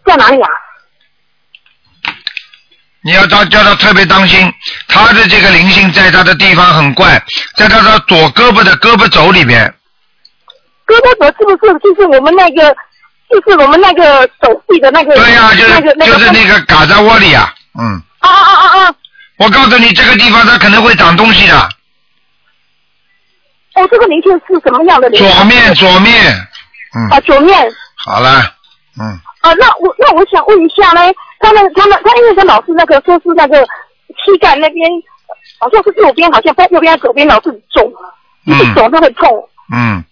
Speaker 5: 在哪里啊？
Speaker 1: 你要当叫他特别当心，他的这个灵性在他的地方很怪，在他的左胳膊的胳膊肘里边，
Speaker 5: 胳膊肘是不是就是我们那个就是我们那个手臂的那个，
Speaker 1: 对呀、就是
Speaker 5: 那个那个
Speaker 1: 就是那个嘎在窝里啊，嗯，
Speaker 5: 啊啊啊啊啊！
Speaker 1: 我告诉你，这个地方它可能会长东西的，
Speaker 5: 哦，这个鳞片是什么样的鳞片？
Speaker 1: 左面左面，嗯，
Speaker 5: 啊，左面。
Speaker 1: 好了，嗯，
Speaker 5: 啊，那我那我想问一下呢，他们他们他因为他老是那个说是那个膝盖那边，好像是右边，好像在右边左边老是肿，一直
Speaker 1: 嗯
Speaker 5: 肿都会痛。
Speaker 1: 嗯，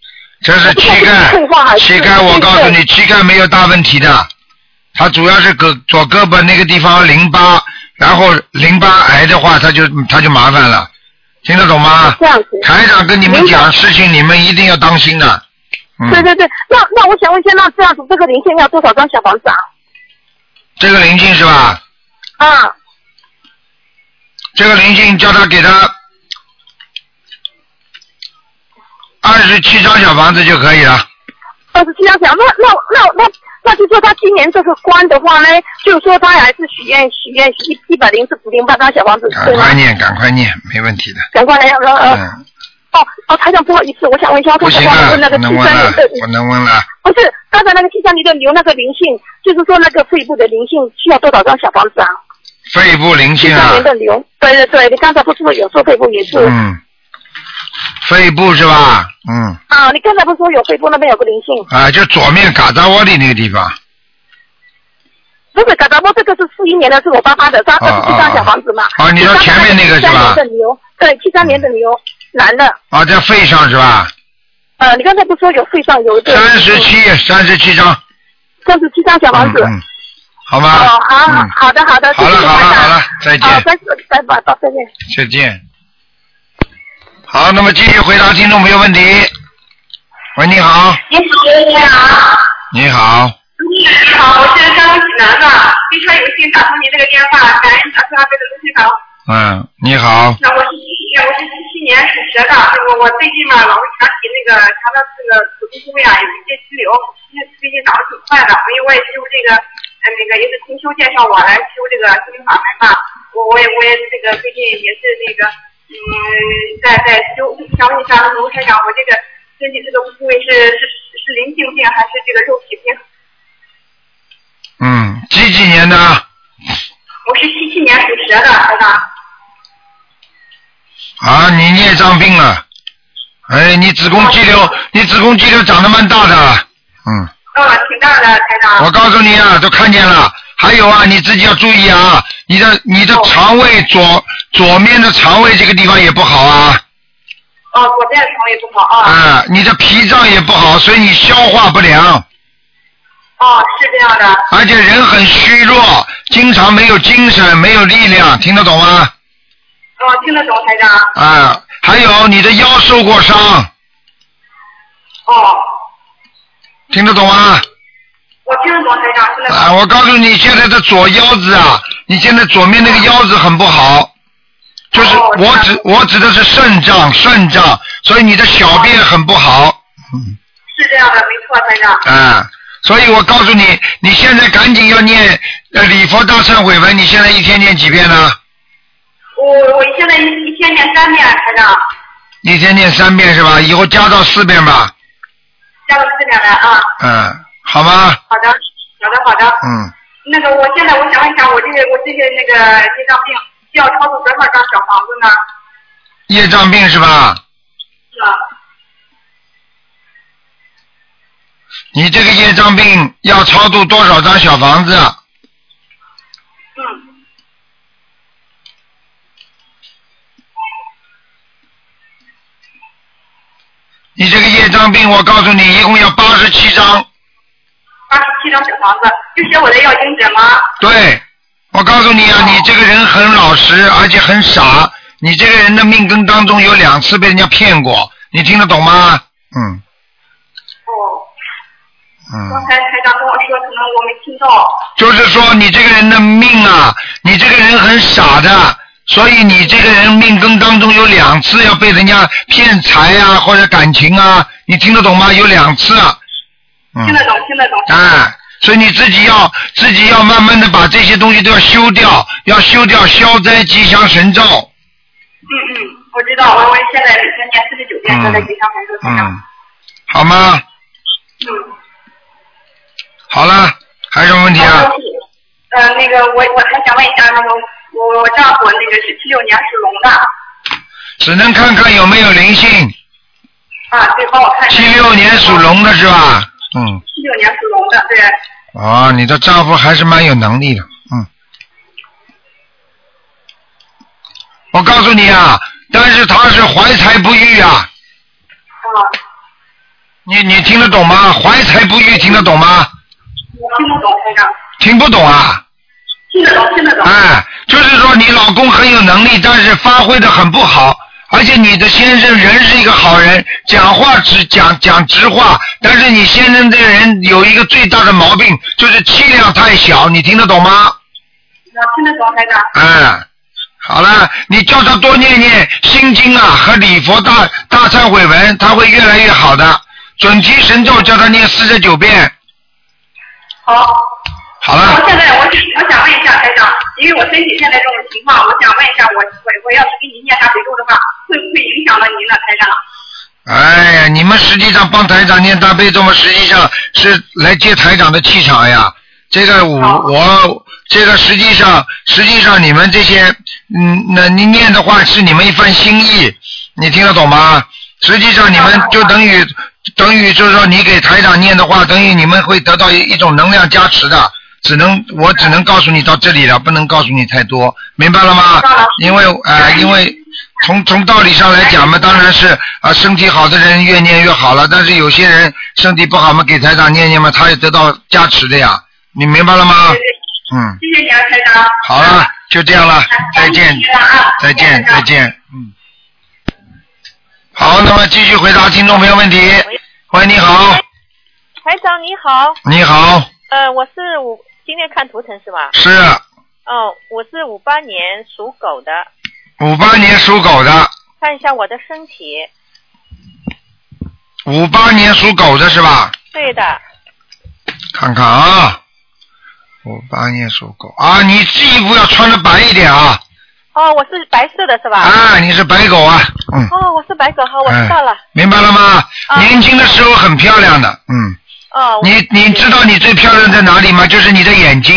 Speaker 1: 这是
Speaker 5: 啊不知
Speaker 1: 膝
Speaker 5: 道
Speaker 1: 盖
Speaker 5: 是退化还，是
Speaker 1: 膝盖我告诉你，膝盖没有大问题的，它主要是胳左胳膊那个地方淋巴，然后淋巴癌的话，它就它就麻烦了，听得懂吗？
Speaker 5: 这样子。
Speaker 1: 台长跟你们讲事情，你们一定要当心的。
Speaker 5: 对
Speaker 1: 嗯，
Speaker 5: 对对，那那我想问一下，那这样子这个鳞片要多少张小房子啊？
Speaker 1: 这个灵性是吧？
Speaker 5: 啊，
Speaker 1: 这个灵性叫他给他二十七张小房子就可以了。
Speaker 5: 二十七张小，那那那那那就说他今年这个关的话呢，就是说他还是许愿许愿许一一百零四零八张小房子，
Speaker 1: 赶
Speaker 5: 对吗
Speaker 1: 快？念，赶快念，没问题的。
Speaker 5: 赶快来，呃呃，
Speaker 1: 嗯，
Speaker 5: 哦哦，台长不好意思，我想问一下，
Speaker 1: 不
Speaker 5: 刚
Speaker 1: 行
Speaker 5: 才忘
Speaker 1: 了
Speaker 5: 了问那，
Speaker 1: 不
Speaker 5: 个七
Speaker 1: 能问啊
Speaker 5: 三
Speaker 1: 了
Speaker 5: 年的，
Speaker 1: 不能问了。
Speaker 5: 不是，刚才那个七三年的牛那个灵性，就是说那个肺部的灵性需要多少张小房子啊？
Speaker 1: 肺部灵
Speaker 5: 七
Speaker 1: 性
Speaker 5: 三
Speaker 1: 啊
Speaker 5: 年，的牛，对对对，你刚才不是有说肺部也是、
Speaker 1: 嗯，肺部是吧？嗯，
Speaker 5: 啊？你刚才不是说有肺部那边有个灵性？
Speaker 1: 啊，就左面嘎扎窝里那个地方。
Speaker 5: 不是，嘎达波这个是四一年的，是我爸爸的，他二十七张小房子嘛。
Speaker 1: 哦哦哦哦哦你说前面那个是吧嗯
Speaker 5: 七三年的牛，对，七三年的牛，男的。
Speaker 1: 啊，在肺上是吧？
Speaker 5: 呃，你刚才不是说有肺上有一个
Speaker 1: 三十七，三十七张。
Speaker 5: 三十七张小房子？
Speaker 1: 嗯，嗯好
Speaker 5: 哦，
Speaker 1: 吗？
Speaker 5: 好
Speaker 1: 嗯，
Speaker 5: 好的好的，谢
Speaker 1: 好
Speaker 5: 谢
Speaker 1: 了好
Speaker 5: 台
Speaker 1: 了
Speaker 5: 长
Speaker 1: 好了，再见
Speaker 5: 好，再拜拜拜再见。
Speaker 1: 再见。好，那么继续回答听众朋友问题。喂，你好，
Speaker 7: 你好，你好，
Speaker 1: 你好，
Speaker 7: 你好，我是山东济南的，非常有幸打通您这个电话，感恩小苏阿贝的卢台长。
Speaker 1: 嗯，你好，
Speaker 7: 那我是七，我是七七年属蛇的，那个啊我最近嘛，老会想起那个查到这个子宫部呀有一些肌瘤，因为最近长得挺快的，因为我也修这个，呃，那个也是同修介绍我来修这个心灵法门嘛，我我也我也这个最近也是那个，嗯，在在修，想问一下卢台长，我这个身体这个部位是是是是灵性病还是这个肉体病？
Speaker 1: 嗯，几几年的？
Speaker 7: 我是七七年属蛇的，台长。
Speaker 1: 啊，你孽障病了，哎，你子宫肌瘤，
Speaker 7: 哦
Speaker 1: 你子宫肌瘤长得蛮大的，嗯，
Speaker 7: 嗯，挺大的，台长。
Speaker 1: 我告诉你啊，都看见了。还有啊，你自己要注意啊，你的你的肠胃左左面的肠胃这个地方也不好啊，
Speaker 7: 哦，左边的肠胃不好啊。
Speaker 1: 啊，你的脾脏也不好，所以你消化不良。
Speaker 7: 哦，是这样的。
Speaker 1: 而且人很虚弱，经常没有精神，没有力量，听得懂吗？
Speaker 7: 哦，听得懂，台长。
Speaker 1: 啊，还有你的腰受过伤，
Speaker 7: 哦，
Speaker 1: 听得懂吗？
Speaker 7: 我听得懂，台长，听得懂。
Speaker 1: 啊，我告诉你，现在的左腰子啊，你现在左面那个腰子很不好，就是
Speaker 7: 哦
Speaker 1: 我指我指的是肾脏，肾脏，所以你的小便很不好，
Speaker 7: 是这样的，没错，台长。
Speaker 1: 啊，所以我告诉你，你现在赶紧要念呃礼佛大忏悔文，你现在一天念几遍呢？
Speaker 7: 我我现在一一天念三遍，台长，
Speaker 1: 一天念三遍是吧？以后加到四遍吧，
Speaker 7: 加到四遍来啊。
Speaker 1: 嗯，好吗？
Speaker 7: 好的，好的，好的。
Speaker 1: 嗯。
Speaker 7: 那个，我现在我想问一下，我这个我这个那个心脏病需要超度多少张小房子呢？
Speaker 1: 业障病是吧？
Speaker 7: 是啊吧？
Speaker 1: 你这个业障病要超度多少张小房子？啊
Speaker 7: 嗯。
Speaker 1: 你这个业障病，我告诉你，一共要八十七张。
Speaker 7: 八十七张小房子，就写我的要经者吗？
Speaker 1: 对，我告诉你啊，你这个人很老实，而且很傻。你这个人的命根当中有两次被人家骗过，你听得懂吗？嗯
Speaker 7: 哦，刚
Speaker 1: 嗯，
Speaker 7: 才台长跟我说，可能我没听到。
Speaker 1: 就是说你这个人的命啊，你这个人很傻的，所以你这个人命根当中有两次要被人家骗财啊，或者感情啊，你听得懂吗？有两次啊。嗯
Speaker 7: 听得懂，听得懂。
Speaker 1: 啊，所以你自己要自己要慢慢的把这些东西都要修掉，要修掉消灾吉祥神咒。
Speaker 7: 嗯嗯，我知道，我我现在每天念四十九遍，
Speaker 1: 嗯
Speaker 7: 现在吉祥神咒台长。
Speaker 1: 嗯，好吗？
Speaker 7: 嗯。
Speaker 1: 么问题啊？
Speaker 8: 呃，那个我我还想问一下，那个我我丈夫那个是七六年属龙的
Speaker 1: 只能看看有没有灵性。
Speaker 8: 啊，对，帮我看一下。
Speaker 1: 七六年属龙的是吧？嗯，
Speaker 8: 七六年属龙的，对，
Speaker 1: 哦，你的丈夫还是蛮有能力的，嗯。我告诉你啊，但是他是怀才不遇啊，
Speaker 8: 啊，
Speaker 1: 你你听得懂吗？怀才不遇听得懂吗？
Speaker 8: 我听不懂，台长，
Speaker 1: 听不懂啊？
Speaker 8: 听得懂，听得懂，
Speaker 1: 哎，就是说你老公很有能力，但是发挥的很不好，而且你的先生人是一个好人，讲话直讲讲直话，但是你先生这个人有一个最大的毛病，就是气量太小，你听得懂吗？
Speaker 8: 我啊听得懂，台长，
Speaker 1: 哎，好了，你叫他多念念心经啊和礼佛大大忏悔文，他会越来越好的。准提神咒叫他念四十九遍，
Speaker 8: 好。
Speaker 1: 好
Speaker 8: 然
Speaker 1: 了
Speaker 8: 后。现在我我想问一下台长，因为我身体现在这种情况，我想问一下我我我要是给您念大悲咒的话，会不会影响到您呢，台长？
Speaker 1: 哎呀，你们实际上帮台长念大悲咒嘛，实际上是来接台长的气场呀。这个我
Speaker 8: 哦
Speaker 1: 我这个实际上实际上你们这些嗯，那你念的话是你们一番心意，你听得懂吗？实际上你们就等于等于就是说你给台长念的话，等于你们会得到一一种能量加持的。只能我只能告诉你到这里了，不能告诉你太多，明白了吗
Speaker 8: 知道了？
Speaker 1: 因为呃，因为从从道理上来讲嘛，当然是啊、身体好的人越念越好了。但是有些人身体不好嘛，给台长念念嘛，他也得到加持的呀。你明白了吗？
Speaker 8: 对对，
Speaker 1: 嗯，
Speaker 8: 谢谢你啊，台长。啊
Speaker 1: 好了，就这样了，再见，再见，再见，嗯。好，那么继续回答听众朋友问题。喂，你好，
Speaker 7: 台长你好，
Speaker 1: 你好，
Speaker 7: 呃，我是五，今天看图腾是吧？
Speaker 1: 是
Speaker 7: 哦，我是五八年属狗的，
Speaker 1: 五八年属狗的，
Speaker 7: 看一下我的身体。
Speaker 1: 五八年属狗的是吧？
Speaker 7: 对的，
Speaker 1: 看看啊，五八年属狗啊，你衣服要穿的白一点啊，
Speaker 7: 哦，我是白色的是吧？
Speaker 1: 啊，嗯你是白狗啊，嗯，哎
Speaker 7: 哦，我是白狗，好，我知道了。
Speaker 1: 明白了吗？
Speaker 7: 啊
Speaker 1: 年轻的时候很漂亮的，嗯，
Speaker 7: 哦，我
Speaker 1: 你你知道你最漂亮在哪里吗？就是你的眼睛，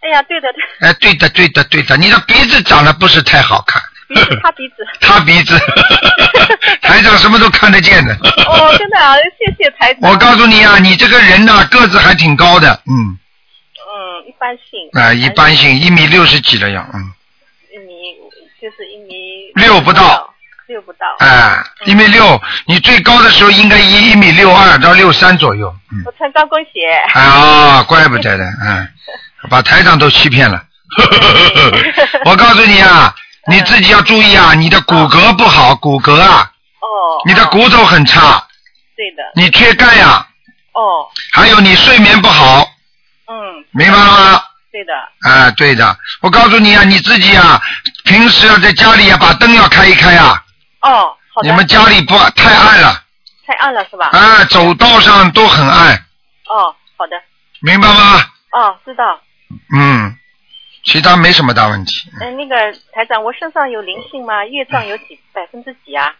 Speaker 7: 哎呀，对的，
Speaker 1: 哎，对的对的对的，你的鼻子长得不是太好看，
Speaker 7: 鼻子塌鼻子。
Speaker 1: 塌鼻 子，台长什么都看得见的。
Speaker 7: 哦，真的啊，谢谢台长。
Speaker 1: 我告诉你啊，你这个人呐、个子还挺高的，嗯，
Speaker 7: 嗯，一般性。
Speaker 1: 啊、一般性，一米六十几了要，嗯，
Speaker 7: 一米就是一米
Speaker 1: 六不到，
Speaker 7: 六不到。
Speaker 1: 哎，一米六，你最高的时候应该一一米六二到六三左右，嗯，
Speaker 7: 我穿高跟鞋。
Speaker 1: 哎啊、怪不得的，嗯，把台长都欺骗了。 我告诉你啊，你自己要注意啊，你的骨骼不好，骨骼啊，
Speaker 7: 哦。
Speaker 1: 你的
Speaker 7: 哦
Speaker 1: 骨头很差，
Speaker 7: 对的。
Speaker 1: 你缺钙呀、
Speaker 7: 哦，
Speaker 1: 还有你睡眠不好，
Speaker 7: 嗯，
Speaker 1: 明白了吗？
Speaker 7: 对的。
Speaker 1: 啊，对的，我告诉你啊，你自己啊，平时啊在家里啊把灯要开一开啊，
Speaker 7: 哦，好的。
Speaker 1: 你们家里不太暗了，
Speaker 7: 太暗了是吧？
Speaker 1: 啊，走道上都很暗，
Speaker 7: 哦，好的，
Speaker 1: 明白吗？
Speaker 7: 哦，知道。
Speaker 1: 嗯，其他没什么大问题。
Speaker 7: 嗯、那个台长，我身上有灵性吗？业障有几百分之几啊？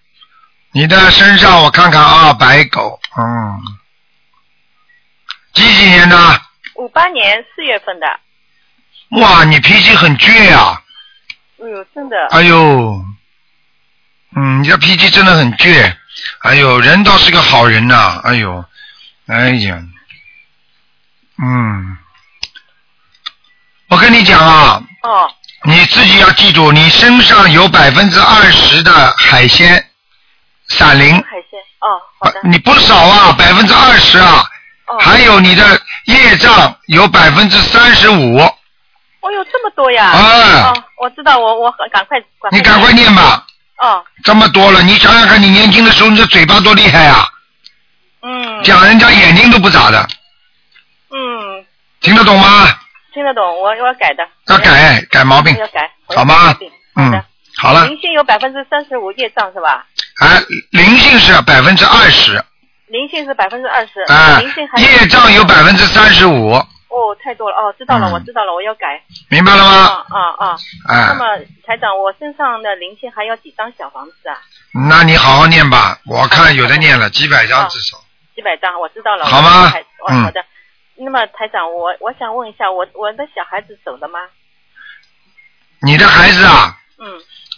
Speaker 1: 你的身上我看看啊，白狗，嗯，几几年的？
Speaker 7: 五八年四月份的，
Speaker 1: 哇，你脾气很倔啊！
Speaker 7: 哎呦，真的，
Speaker 1: 哎呦，嗯，你的脾气真的很倔。哎呦，人倒是个好人呐、哎呦，哎呀，嗯，我跟你讲啊，
Speaker 7: 哦，
Speaker 1: 你自己要记住，你身上有百分之二十的海鲜闪灵，
Speaker 7: 海鲜，哦，好的，
Speaker 1: 你不少啊，百分之二十啊，
Speaker 7: 哦，
Speaker 1: 还有你的业障有百分之三十五，
Speaker 7: 哦呦，这么多呀，
Speaker 1: 哎
Speaker 7: 哦，我知道，我我赶快，赶快，
Speaker 1: 你赶快，念吧，
Speaker 7: 哦，
Speaker 1: 这么多了，你想想看，你年轻的时候你的嘴巴多厉害啊，
Speaker 7: 嗯，
Speaker 1: 讲人家眼睛都不眨的，
Speaker 7: 嗯，
Speaker 1: 听得懂吗？
Speaker 7: 听得懂，我我要改的，
Speaker 1: 要改改毛病
Speaker 7: 我，嗯要改，我
Speaker 1: 嗯
Speaker 7: 要改
Speaker 1: 好吗
Speaker 7: 毛病好
Speaker 1: 嗯
Speaker 7: 的，，
Speaker 1: 好了，
Speaker 7: 灵性有百分之三十五业障是吧？
Speaker 1: 哎，灵性是百分之二十，
Speaker 7: 灵性是百分之二十，
Speaker 1: 哎
Speaker 7: 灵性，还
Speaker 1: 业障有百分之三十五，
Speaker 7: 哦，太多了，哦，知道了，
Speaker 1: 嗯
Speaker 7: 我知道了，我要改，
Speaker 1: 明白了吗？
Speaker 7: 啊啊啊！那
Speaker 1: 哎，
Speaker 7: 么台长，我身上的灵性还要几张小房子啊？
Speaker 1: 那你好好念
Speaker 7: 嗯
Speaker 1: 吧，我看有的念了几百张至少，
Speaker 7: 几百张，我知道了。
Speaker 1: 好吗
Speaker 7: 我台哦
Speaker 1: 嗯
Speaker 7: 好的。那么台长，我我想问一下，我我的小孩子走了吗？
Speaker 1: 你的孩子啊，
Speaker 7: 嗯，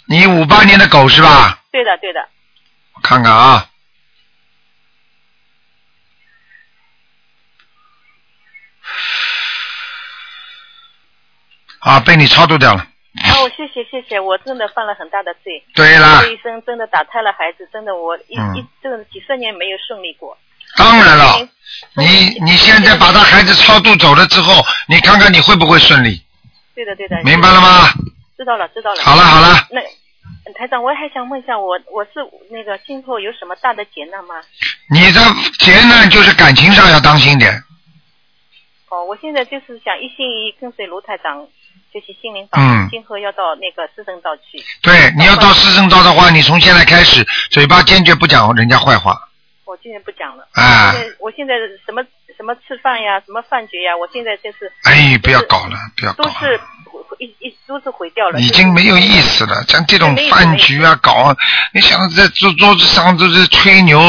Speaker 1: 你五八年的狗是吧？
Speaker 7: 对的对的，
Speaker 1: 我看看啊，啊，被你超度掉了。
Speaker 7: 哦，谢谢谢谢，我真的犯了很大的罪，
Speaker 1: 对啦
Speaker 7: 这，一生真的打胎了孩子，真的我一、
Speaker 1: 啊嗯
Speaker 7: 一这个几十年没有顺利过。
Speaker 1: 当然了
Speaker 7: 嗯，
Speaker 1: 你你现在把他孩子超度走了之后，你看看你会不会顺利？
Speaker 7: 对的对的，
Speaker 1: 明白了吗？
Speaker 7: 知道了知道了。
Speaker 1: 好了好了，
Speaker 7: 那嗯台长，我还想问一下，我我是那个今后有什么大的劫难吗？
Speaker 1: 你的劫难就是感情上要当心点，
Speaker 7: 哦，我现在就是想一心一意跟随卢台长学习心灵法，
Speaker 1: 嗯
Speaker 7: 今后要到那个四圣道去。
Speaker 1: 对，你要到四正道的话，你从现在开始嘴巴坚决不讲人家坏话，
Speaker 7: 我今天不讲了。
Speaker 1: 啊
Speaker 7: 现在我现在什么什么吃饭呀，什么饭局呀，我现在就是
Speaker 1: 哎，不要搞了，不要搞
Speaker 7: 都是
Speaker 1: 了，
Speaker 7: 一一都是毁掉了。
Speaker 1: 已经没有意思了。像这种饭局啊，搞，你想在桌桌子上都是吹牛，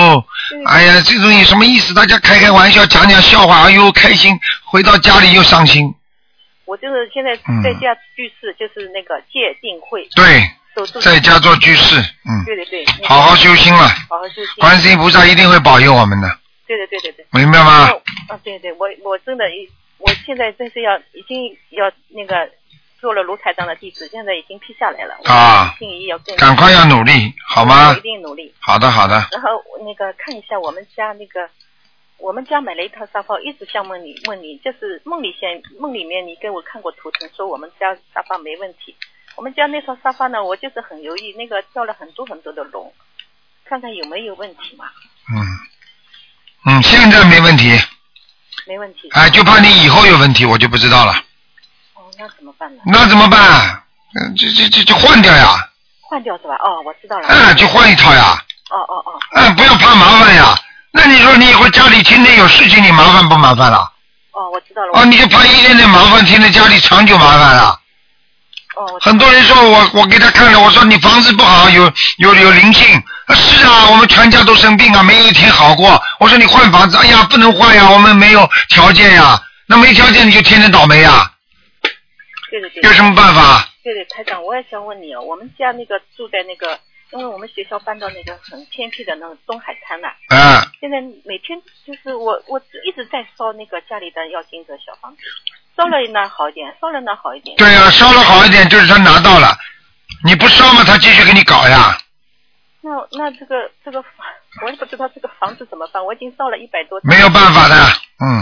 Speaker 1: 哎呀，这种有什么意思？大家开开玩笑，讲讲笑话，哎呦开心，回到家里又伤心，
Speaker 7: 我就是现在
Speaker 1: 嗯
Speaker 7: 在家居士，就是那个戒定慧，
Speaker 1: 对，
Speaker 7: 守住
Speaker 1: 在家做居士，嗯，
Speaker 7: 对对对，那个
Speaker 1: 好好修心了，
Speaker 7: 好好修心。
Speaker 1: 观世音菩萨一定会保佑我们的，
Speaker 7: 对对对对对。
Speaker 1: 明白吗？
Speaker 7: 哦啊，对对，我我真的一，我现在真是要已经要那个做了卢台长的弟子，现在已经批下来了。我
Speaker 1: 啊
Speaker 7: 一心一意要更
Speaker 1: 赶快要努力，好吗
Speaker 7: 我一？定努力。
Speaker 1: 好的，好的。
Speaker 7: 然后那个看一下我们家那个，我们家买了一套沙发，一直想问你问你，就是梦里先梦里面你给我看过图腾，说我们家沙发没问题。我们家那套沙发呢，我就是很犹豫，那个掉了很多很多的龙，看看有没有问题嘛？
Speaker 1: 嗯，嗯，现在没问题，
Speaker 7: 没问题。
Speaker 1: 哎，就怕你以后有问题，我就不知道了。
Speaker 7: 哦，那怎么办呢？
Speaker 1: 那怎么办？嗯，这这这就换掉呀，
Speaker 7: 换掉是吧？哦，我知道了。
Speaker 1: 哎，就换一套呀，
Speaker 7: 哦哦哦，
Speaker 1: 哎，不要怕麻烦呀。那你说你以后家里天天有事情，你麻烦不麻烦了？
Speaker 7: 哦，我知道了。
Speaker 1: 哦，你就怕一点点麻烦，天天家里长久麻烦了。
Speaker 7: 哦，我知
Speaker 1: 很多人说我我给他看了，我说你房子不好，有有有灵性。啊是啊，我们全家都生病啊，没有一天好过。我说你换房子，哎呀，不能换呀，我们没有条件呀。那没条件你就天天倒霉呀，
Speaker 7: 对对对
Speaker 1: 有什么办法？
Speaker 7: 对对，台长，我也想问你哦，我们家那个住在那个，因为我们学校搬到那个很偏僻的那个东海滩啊呐、
Speaker 1: 嗯，
Speaker 7: 现在每天就是我我一直在烧那个家里的要经者小房子，烧了那好一点，烧了那好一点。
Speaker 1: 对呀、烧了好一点，就是他拿到了，你不烧嘛，他继续给你搞呀。
Speaker 7: 那那这个这个房，我也不知道这个房子怎么办，我已经烧了一百多，
Speaker 1: 没有办法的，嗯，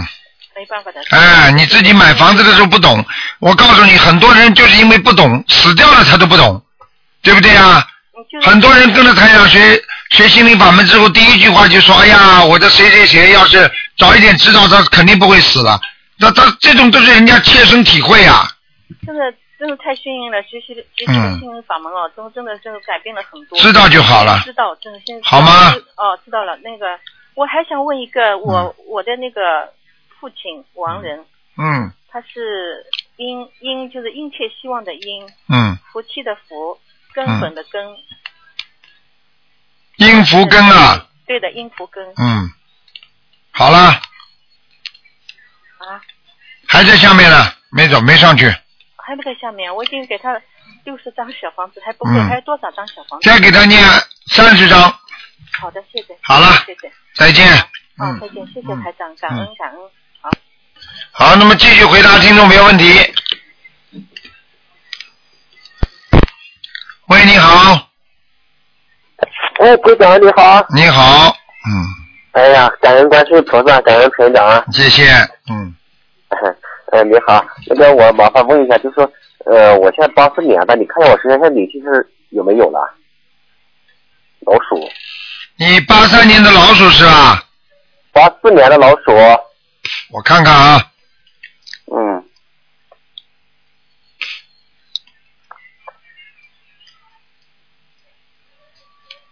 Speaker 7: 没办法的。
Speaker 1: 哎，你自己买房子的时候不懂，我告诉你，很多人就是因为不懂，死掉了他都不懂，对不对啊？
Speaker 7: 嗯，就是
Speaker 1: 很多人跟着台长学学心灵法门之后，第一句话就说：“哎呀，我的谁谁谁要是早一点知道，他肯定不会死了。”那他这种都是人家切身体会啊，
Speaker 7: 真的真的太幸运了，学习的学习
Speaker 1: 嗯
Speaker 7: 的心灵法门哦，真真的真的改变了很多。
Speaker 1: 知道就好了。
Speaker 7: 知道，真的现在
Speaker 1: 好吗？
Speaker 7: 哦，知道了。那个，我还想问一个，我、我的那个父亲王仁，
Speaker 1: 嗯
Speaker 7: 他是殷殷，就是殷切希望的殷，
Speaker 1: 嗯，
Speaker 7: 福气的福，根
Speaker 1: 嗯
Speaker 7: 本的根，
Speaker 1: 阴福根啊，
Speaker 7: 对的，殷福根
Speaker 1: 嗯，好了，
Speaker 7: 啊，
Speaker 1: 还在下面呢，没走，没上去，
Speaker 7: 还没在下面，我已经给他六十张小房子，还不够，
Speaker 1: 嗯
Speaker 7: 还有多少张小房子？
Speaker 1: 再给他念三十章，
Speaker 7: 好的，谢谢。
Speaker 1: 好了
Speaker 7: 谢谢。
Speaker 1: 再见。
Speaker 7: 啊，
Speaker 1: 嗯
Speaker 7: 再见，谢谢
Speaker 1: 嗯
Speaker 7: 台长，感恩感恩。好，
Speaker 1: 好，那么继续回答听众朋友问题。喂，你好，
Speaker 9: 哎，队长你好！
Speaker 1: 你好，嗯，
Speaker 9: 哎呀，感恩观世菩萨，感恩团长啊！
Speaker 1: 谢谢，嗯，
Speaker 9: 哎，你好，那个我麻烦问一下，就说，呃，我现在八四年的，你看看我身上的灵性是有没有了？老鼠，
Speaker 1: 你八三年的老鼠是吧？
Speaker 9: 八四年的老鼠，
Speaker 1: 我看看啊，
Speaker 9: 嗯，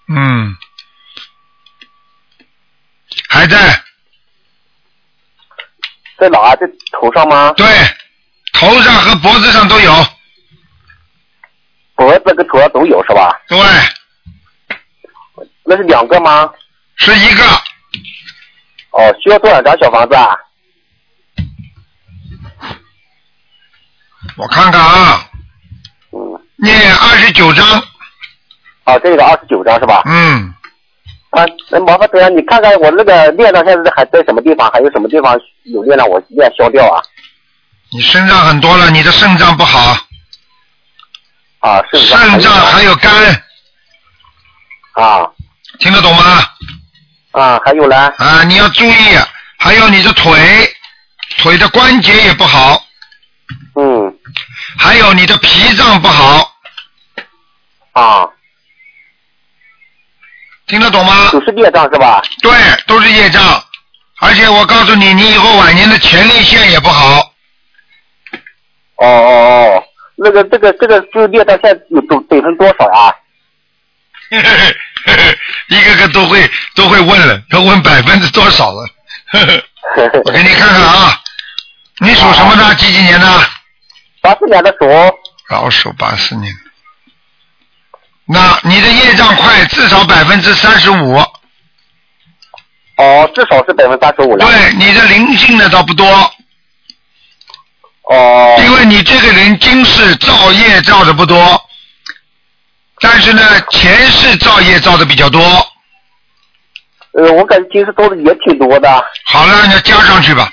Speaker 1: 嗯，还在，
Speaker 9: 在哪？在头上吗？
Speaker 1: 对，头上和脖子上都有，
Speaker 9: 脖子跟头上都有是吧？
Speaker 1: 对，
Speaker 9: 那是两个吗？
Speaker 1: 是一个，
Speaker 9: 哦，需要多少张小房子啊？
Speaker 1: 我看看啊，念二十九章，
Speaker 9: 啊，嗯这个二十九张是吧？
Speaker 1: 嗯，
Speaker 9: 啊，那麻烦德阳，你看看我那个孽障现在还在什么地方，还有什么地方有孽障，我一定要消掉啊！
Speaker 1: 你身上很多了，你的肾脏不好，
Speaker 9: 啊，肾脏
Speaker 1: 肾脏还有肝，
Speaker 9: 啊
Speaker 1: 听得懂吗？
Speaker 9: 啊，还有呢？
Speaker 1: 啊，你要注意，还有你的腿，腿的关节也不好，
Speaker 9: 嗯
Speaker 1: 还有你的脾脏不好，
Speaker 9: 啊，
Speaker 1: 听得懂吗？
Speaker 9: 都是孽障是吧？
Speaker 1: 对，都是业障，而且我告诉你，你以后晚年的前列腺也不好，
Speaker 9: 哦哦哦，那个这个这个就是孽障现在有总总成多少啊？
Speaker 1: 一个个都会都会问了，要问百分之多少了。 我给你看看啊，你
Speaker 9: 啊
Speaker 1: 属什么的？几几年的？
Speaker 9: 八四年的鼠，
Speaker 1: 老鼠八四年。那你的业障快，至少百分之三十五。
Speaker 9: 哦，至少是百分之三十五了。
Speaker 1: 对，你的灵性的倒不多，
Speaker 9: 哦
Speaker 1: 因为你这个人今世造业造的不多，但是呢，前世造业造的比较多。
Speaker 9: 呃，我感觉今世做的也挺多的，
Speaker 1: 好了，你加上去吧。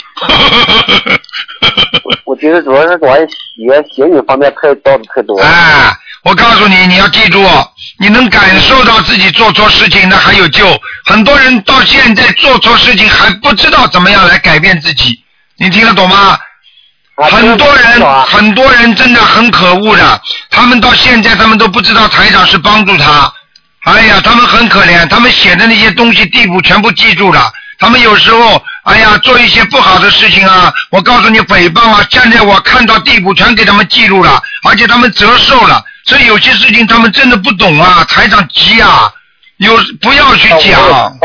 Speaker 9: 我觉得主要是我学学语方面太造的太多了。
Speaker 1: 哎，我告诉你，你要记住，哦你能感受到自己做错事情，那还有救。很多人到现在做错事情还不知道怎么样来改变自己，你听得懂吗？
Speaker 9: 啊
Speaker 1: 很多
Speaker 9: 这个我知道
Speaker 1: 人，
Speaker 9: 啊
Speaker 1: 很多人真的很可恶的，他们到现在他们都不知道台长是帮助他。哎呀，他们很可怜，他们写的那些东西地步全部记住了。他们有时候，哎呀，做一些不好的事情啊，我告诉你诽谤啊，站在我看到地步全给他们记录了，而且他们折寿了。所以有些事情他们真的不懂啊，台长急啊，有不要去讲，
Speaker 9: 哦，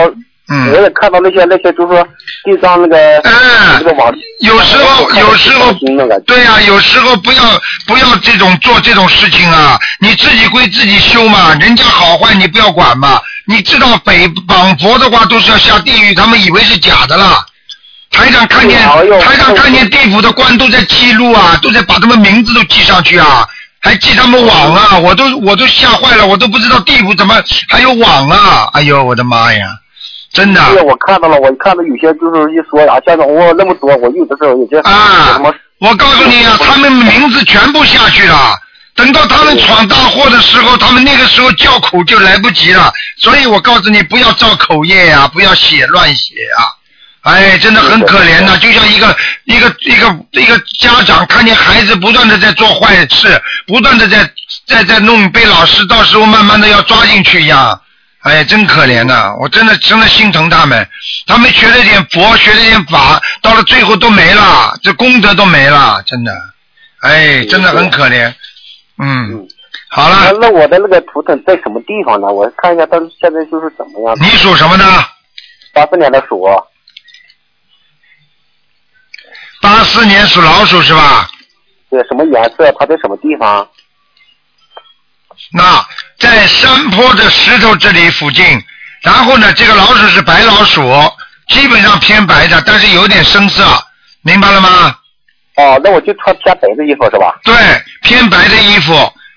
Speaker 1: 嗯
Speaker 9: 我。也看到那些那些，就是说地上那个
Speaker 1: 嗯
Speaker 9: 那个网，
Speaker 1: 有时候，有时候
Speaker 9: 那个，
Speaker 1: 对呀、有时候不要不要这种做这种事情啊！你自己归自己修嘛，人家好坏你不要管嘛。你知道北绑佛的话都是要下地狱，他们以为是假的啦。台长看见
Speaker 9: 对哎呦
Speaker 1: 台长看见地府的官都在记录啊，都在把他们名字都记上去啊，还记他们网啊，我都我都吓坏了，我都不知道地府怎么还有网啊！哎呦，我的妈呀，真的。
Speaker 9: 对，我看到了，我看到有些就是一说啊，像我那么多，我有的时候有些
Speaker 1: 啊
Speaker 9: 什么，
Speaker 1: 我告诉你啊，他们名字全部下去了。等到他们闯大祸的时候，他们那个时候叫苦就来不及了。所以我告诉你，不要造口业呀、不要写乱写啊。哎，真的很可怜呐、就像一个一个一个一个家长看见孩子不断的在做坏事，不断的在在在弄，被老师到时候慢慢的要抓进去一样。哎，真可怜呐、我真的真的心疼他们，他们学了点佛，学了点法，到了最后都没了，这功德都没了，真的，哎，真的很可怜。嗯，好
Speaker 9: 那
Speaker 1: 了，
Speaker 9: 那我的那个图腾在什么地方呢？我看一下，它现在就是怎么样？
Speaker 1: 你属什么的？
Speaker 9: 八四年的鼠，
Speaker 1: 八四年属老鼠是吧？
Speaker 9: 对，什么颜色？它在什么地方？
Speaker 1: 那在山坡的石头这里附近，然后呢，这个老鼠是白老鼠，基本上偏白的，但是有点深色，明白了吗？
Speaker 9: 哦，那我就穿偏白的衣服是吧？
Speaker 1: 对，偏白的衣服。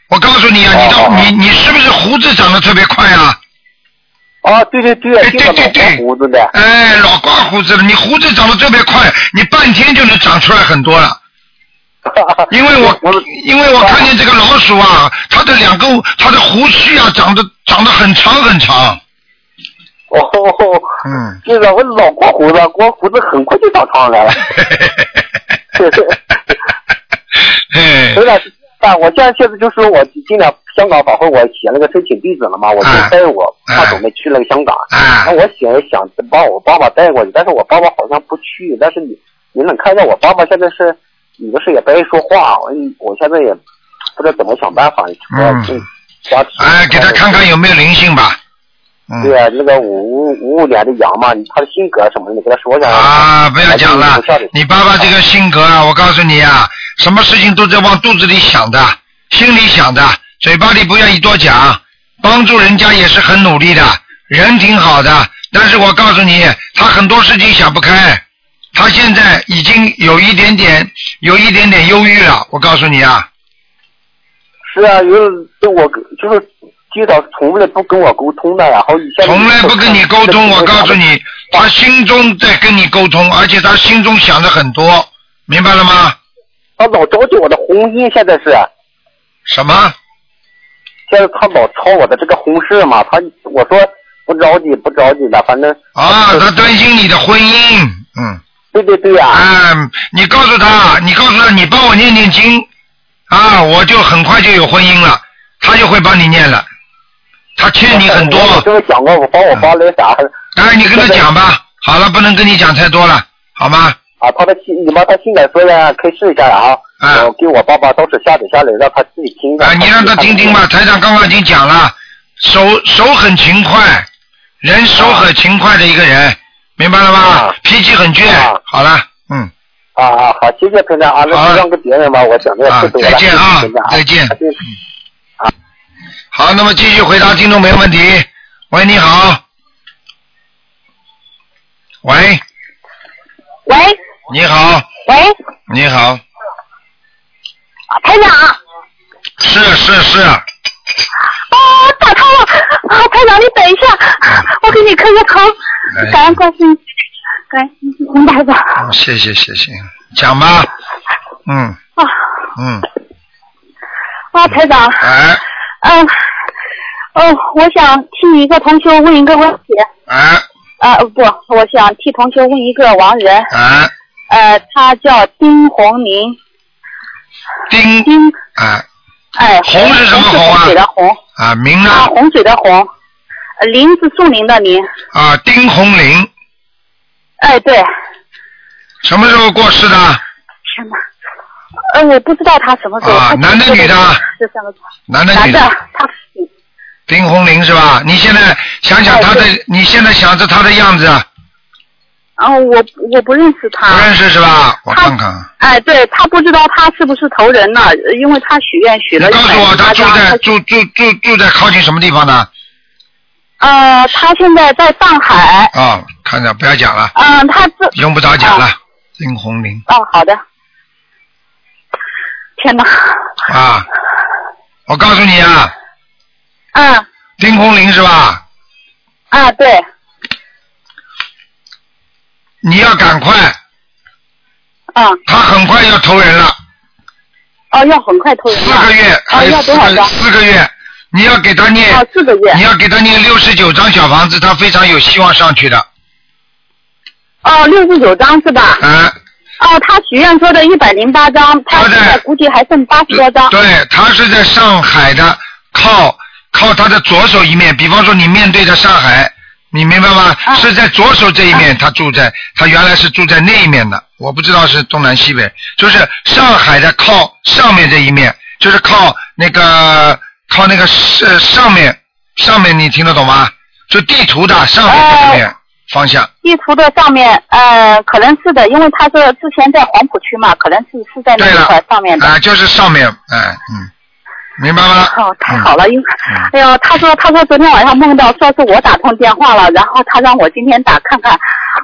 Speaker 1: 我告诉你啊，你到
Speaker 9: 哦哦哦
Speaker 1: 你你是不是胡子长得特别快啊？
Speaker 9: 哦，对对对
Speaker 1: 哎，
Speaker 9: 就是老
Speaker 1: 对对
Speaker 9: 刮胡子的。
Speaker 1: 哎，老刮胡子了，你胡子长得特别快，你半天就能长出来很多了。因为我
Speaker 9: 我
Speaker 1: 因为我看见这个老鼠啊，它的两个它的胡须啊，长得长得很长很长。
Speaker 9: 哦，
Speaker 1: 嗯，
Speaker 9: 就是我老刮胡子，刮胡子很快就长长 来了。
Speaker 1: 哎
Speaker 9: 有点是，但我现在现在就是我今年香港法会，我写那个申请地址了嘛，我就
Speaker 1: 哎
Speaker 9: 带我
Speaker 1: 哎
Speaker 9: 爸准备去那个香港。
Speaker 1: 哎
Speaker 9: 那我想想把我爸爸带过去，但是我爸爸好像不去。但是你你能看见我爸爸现在是有的时候也不爱说话，我我现在也不知道怎么想办法。
Speaker 1: 嗯
Speaker 9: 我家庭
Speaker 1: 哎，给他看看有没有灵性吧。嗯。
Speaker 9: 对啊，那个五五五五年的羊嘛，他的性格什么的，你跟他说一下。
Speaker 1: 啊，不要讲了
Speaker 9: 不孝的，
Speaker 1: 你爸爸这个性格啊，我告诉你啊，什么事情都在往肚子里想的，心里想的，嘴巴里不愿意多讲，帮助人家也是很努力的，人挺好的，但是我告诉你，他很多事情想不开，他现在已经有一点点，有一点点忧郁了。我告诉你啊，
Speaker 9: 是啊，有就我就是接到从来不跟我沟通的，然后一下子
Speaker 1: 从来不跟你沟通。我告诉你，他心中在跟你沟通，而且他心中想的很多，明白了吗？
Speaker 9: 他老着急我的婚姻，现在是
Speaker 1: 什么？
Speaker 9: 现在他老吵我的这个婚事嘛，他我说不着急不着急的，反正
Speaker 1: 啊，他担心你的婚姻，嗯。
Speaker 9: 对对啊对呀、
Speaker 1: 嗯，你告诉他，你告诉他，你帮我念念经，啊，我就很快就有婚姻了，他就会帮你念了。他欠你很多，嗯
Speaker 9: 我跟我讲过，我帮我爸那啥，
Speaker 1: 哎，你跟他讲吧。好了，不能跟你讲太多了，好吗？
Speaker 9: 啊，他的信，你妈他现在说呢，可以试一下啊。
Speaker 1: 啊
Speaker 9: 我给我爸爸倒是下载下来，让他自己听着。
Speaker 1: 啊，你让他听听吧。台长刚刚已经讲了，手手很勤快，人手很勤快的一个人，明白了吧
Speaker 9: 啊？
Speaker 1: 脾气很倔
Speaker 9: 啊。
Speaker 1: 好了，嗯，
Speaker 9: 啊啊，好，谢谢台长啊，
Speaker 1: 好
Speaker 9: 那就让给别人吧，我想这
Speaker 1: 啊
Speaker 9: 事多了。
Speaker 1: 再见啊
Speaker 9: 谢谢台长
Speaker 1: 再见
Speaker 9: 啊对
Speaker 1: 好，那么继续回答听众朋友问题。喂，你好。喂，
Speaker 2: 喂
Speaker 1: 你好，
Speaker 2: 喂，
Speaker 1: 你好，
Speaker 2: 啊台长啊，
Speaker 1: 是是是，
Speaker 2: 哦，打通了，啊，台长你等一下，
Speaker 1: 啊
Speaker 2: 我给你磕个头
Speaker 1: 哎，
Speaker 2: 感恩关心，感恩明白吧？
Speaker 1: 嗯谢谢谢谢，讲吧，嗯
Speaker 2: 啊
Speaker 1: 嗯，
Speaker 2: 啊，台长，
Speaker 1: 哎
Speaker 2: 嗯、哦，我想替一个同学问一个问题，
Speaker 1: 哎
Speaker 2: 啊、不，我想替同学问一个亡人，
Speaker 1: 哎，
Speaker 2: 呃，他叫丁红宁，
Speaker 1: 丁
Speaker 2: 丁，
Speaker 1: 哎
Speaker 2: 哎，
Speaker 1: 红是什么红啊
Speaker 2: 洪水的红，
Speaker 1: 啊明
Speaker 2: 啊，
Speaker 1: 呢
Speaker 2: 洪水的洪，呃林是树林的林，
Speaker 1: 啊丁红林
Speaker 2: 哎，对，
Speaker 1: 什么时候过世的？
Speaker 2: 天哪，呃，我不知道他什么时候，
Speaker 1: 啊
Speaker 2: 他
Speaker 1: 男的
Speaker 2: 只是
Speaker 1: 女的
Speaker 2: 这三个字，
Speaker 1: 男的
Speaker 2: 男
Speaker 1: 女
Speaker 2: 的
Speaker 1: 的？，
Speaker 2: 他
Speaker 1: 丁红林是吧？你现在想想他的，你现在想着他的样子，
Speaker 2: 啊，我我不认识
Speaker 1: 不认
Speaker 2: 他，
Speaker 1: 识是吧？我看看啊，
Speaker 2: 哎，对他不知道他是不是投人呢，呃因为他许愿许
Speaker 1: 你
Speaker 2: 了
Speaker 1: 告诉我他
Speaker 2: 108
Speaker 1: 住
Speaker 2: 张
Speaker 1: 在住住住住在靠近什么地方呢？
Speaker 2: 呃，他现在在上海，
Speaker 1: 啊，看着不要讲了，
Speaker 2: 嗯、他这
Speaker 1: 用不着讲
Speaker 2: 啊
Speaker 1: 了。丁红林
Speaker 2: 哦，好的。天哪，
Speaker 1: 啊，我告诉你啊，
Speaker 2: 嗯
Speaker 1: 丁红林是吧？
Speaker 2: 啊，对，
Speaker 1: 你要赶快，
Speaker 2: 嗯，
Speaker 1: 他很快要投人了，
Speaker 2: 哦，要很快投人
Speaker 1: 四
Speaker 2: 了
Speaker 1: 个月还有
Speaker 2: 啊要
Speaker 1: 四
Speaker 2: 多少
Speaker 1: 个
Speaker 2: 张
Speaker 1: 四个月，你要给他念
Speaker 2: 哦，，四个月，
Speaker 1: 你要给他念六十九张小房子，他非常有希望上去的。
Speaker 2: 哦，六十九张是吧？
Speaker 1: 啊，
Speaker 2: 哦，他许愿说的一百零八张，他
Speaker 1: 好的
Speaker 2: 现在估计还剩八十多张。
Speaker 1: 对他是在上海的，靠靠他的左手一面，比方说你面对着上海，你明白吗？
Speaker 2: 啊
Speaker 1: 是在左手这一面，他住在他原来是住在那一面的，我不知道是东南西北，就是上海的靠上面这一面，就是靠那个靠那个是上面上面，你听得懂吗？就地图的上面这一面方向。
Speaker 2: 地图的上面，呃，可能是的，因为他是之前在黄浦区嘛，可能是是在那
Speaker 1: 对
Speaker 2: 一
Speaker 1: 了
Speaker 2: 块上面的。
Speaker 1: 啊、就是上面，哎、嗯，明白吗？
Speaker 2: 哦，太好了，因为
Speaker 1: 嗯，
Speaker 2: 哎呦，他说他说昨天晚上梦到说是我打通电话了，然后他让我今天打看看，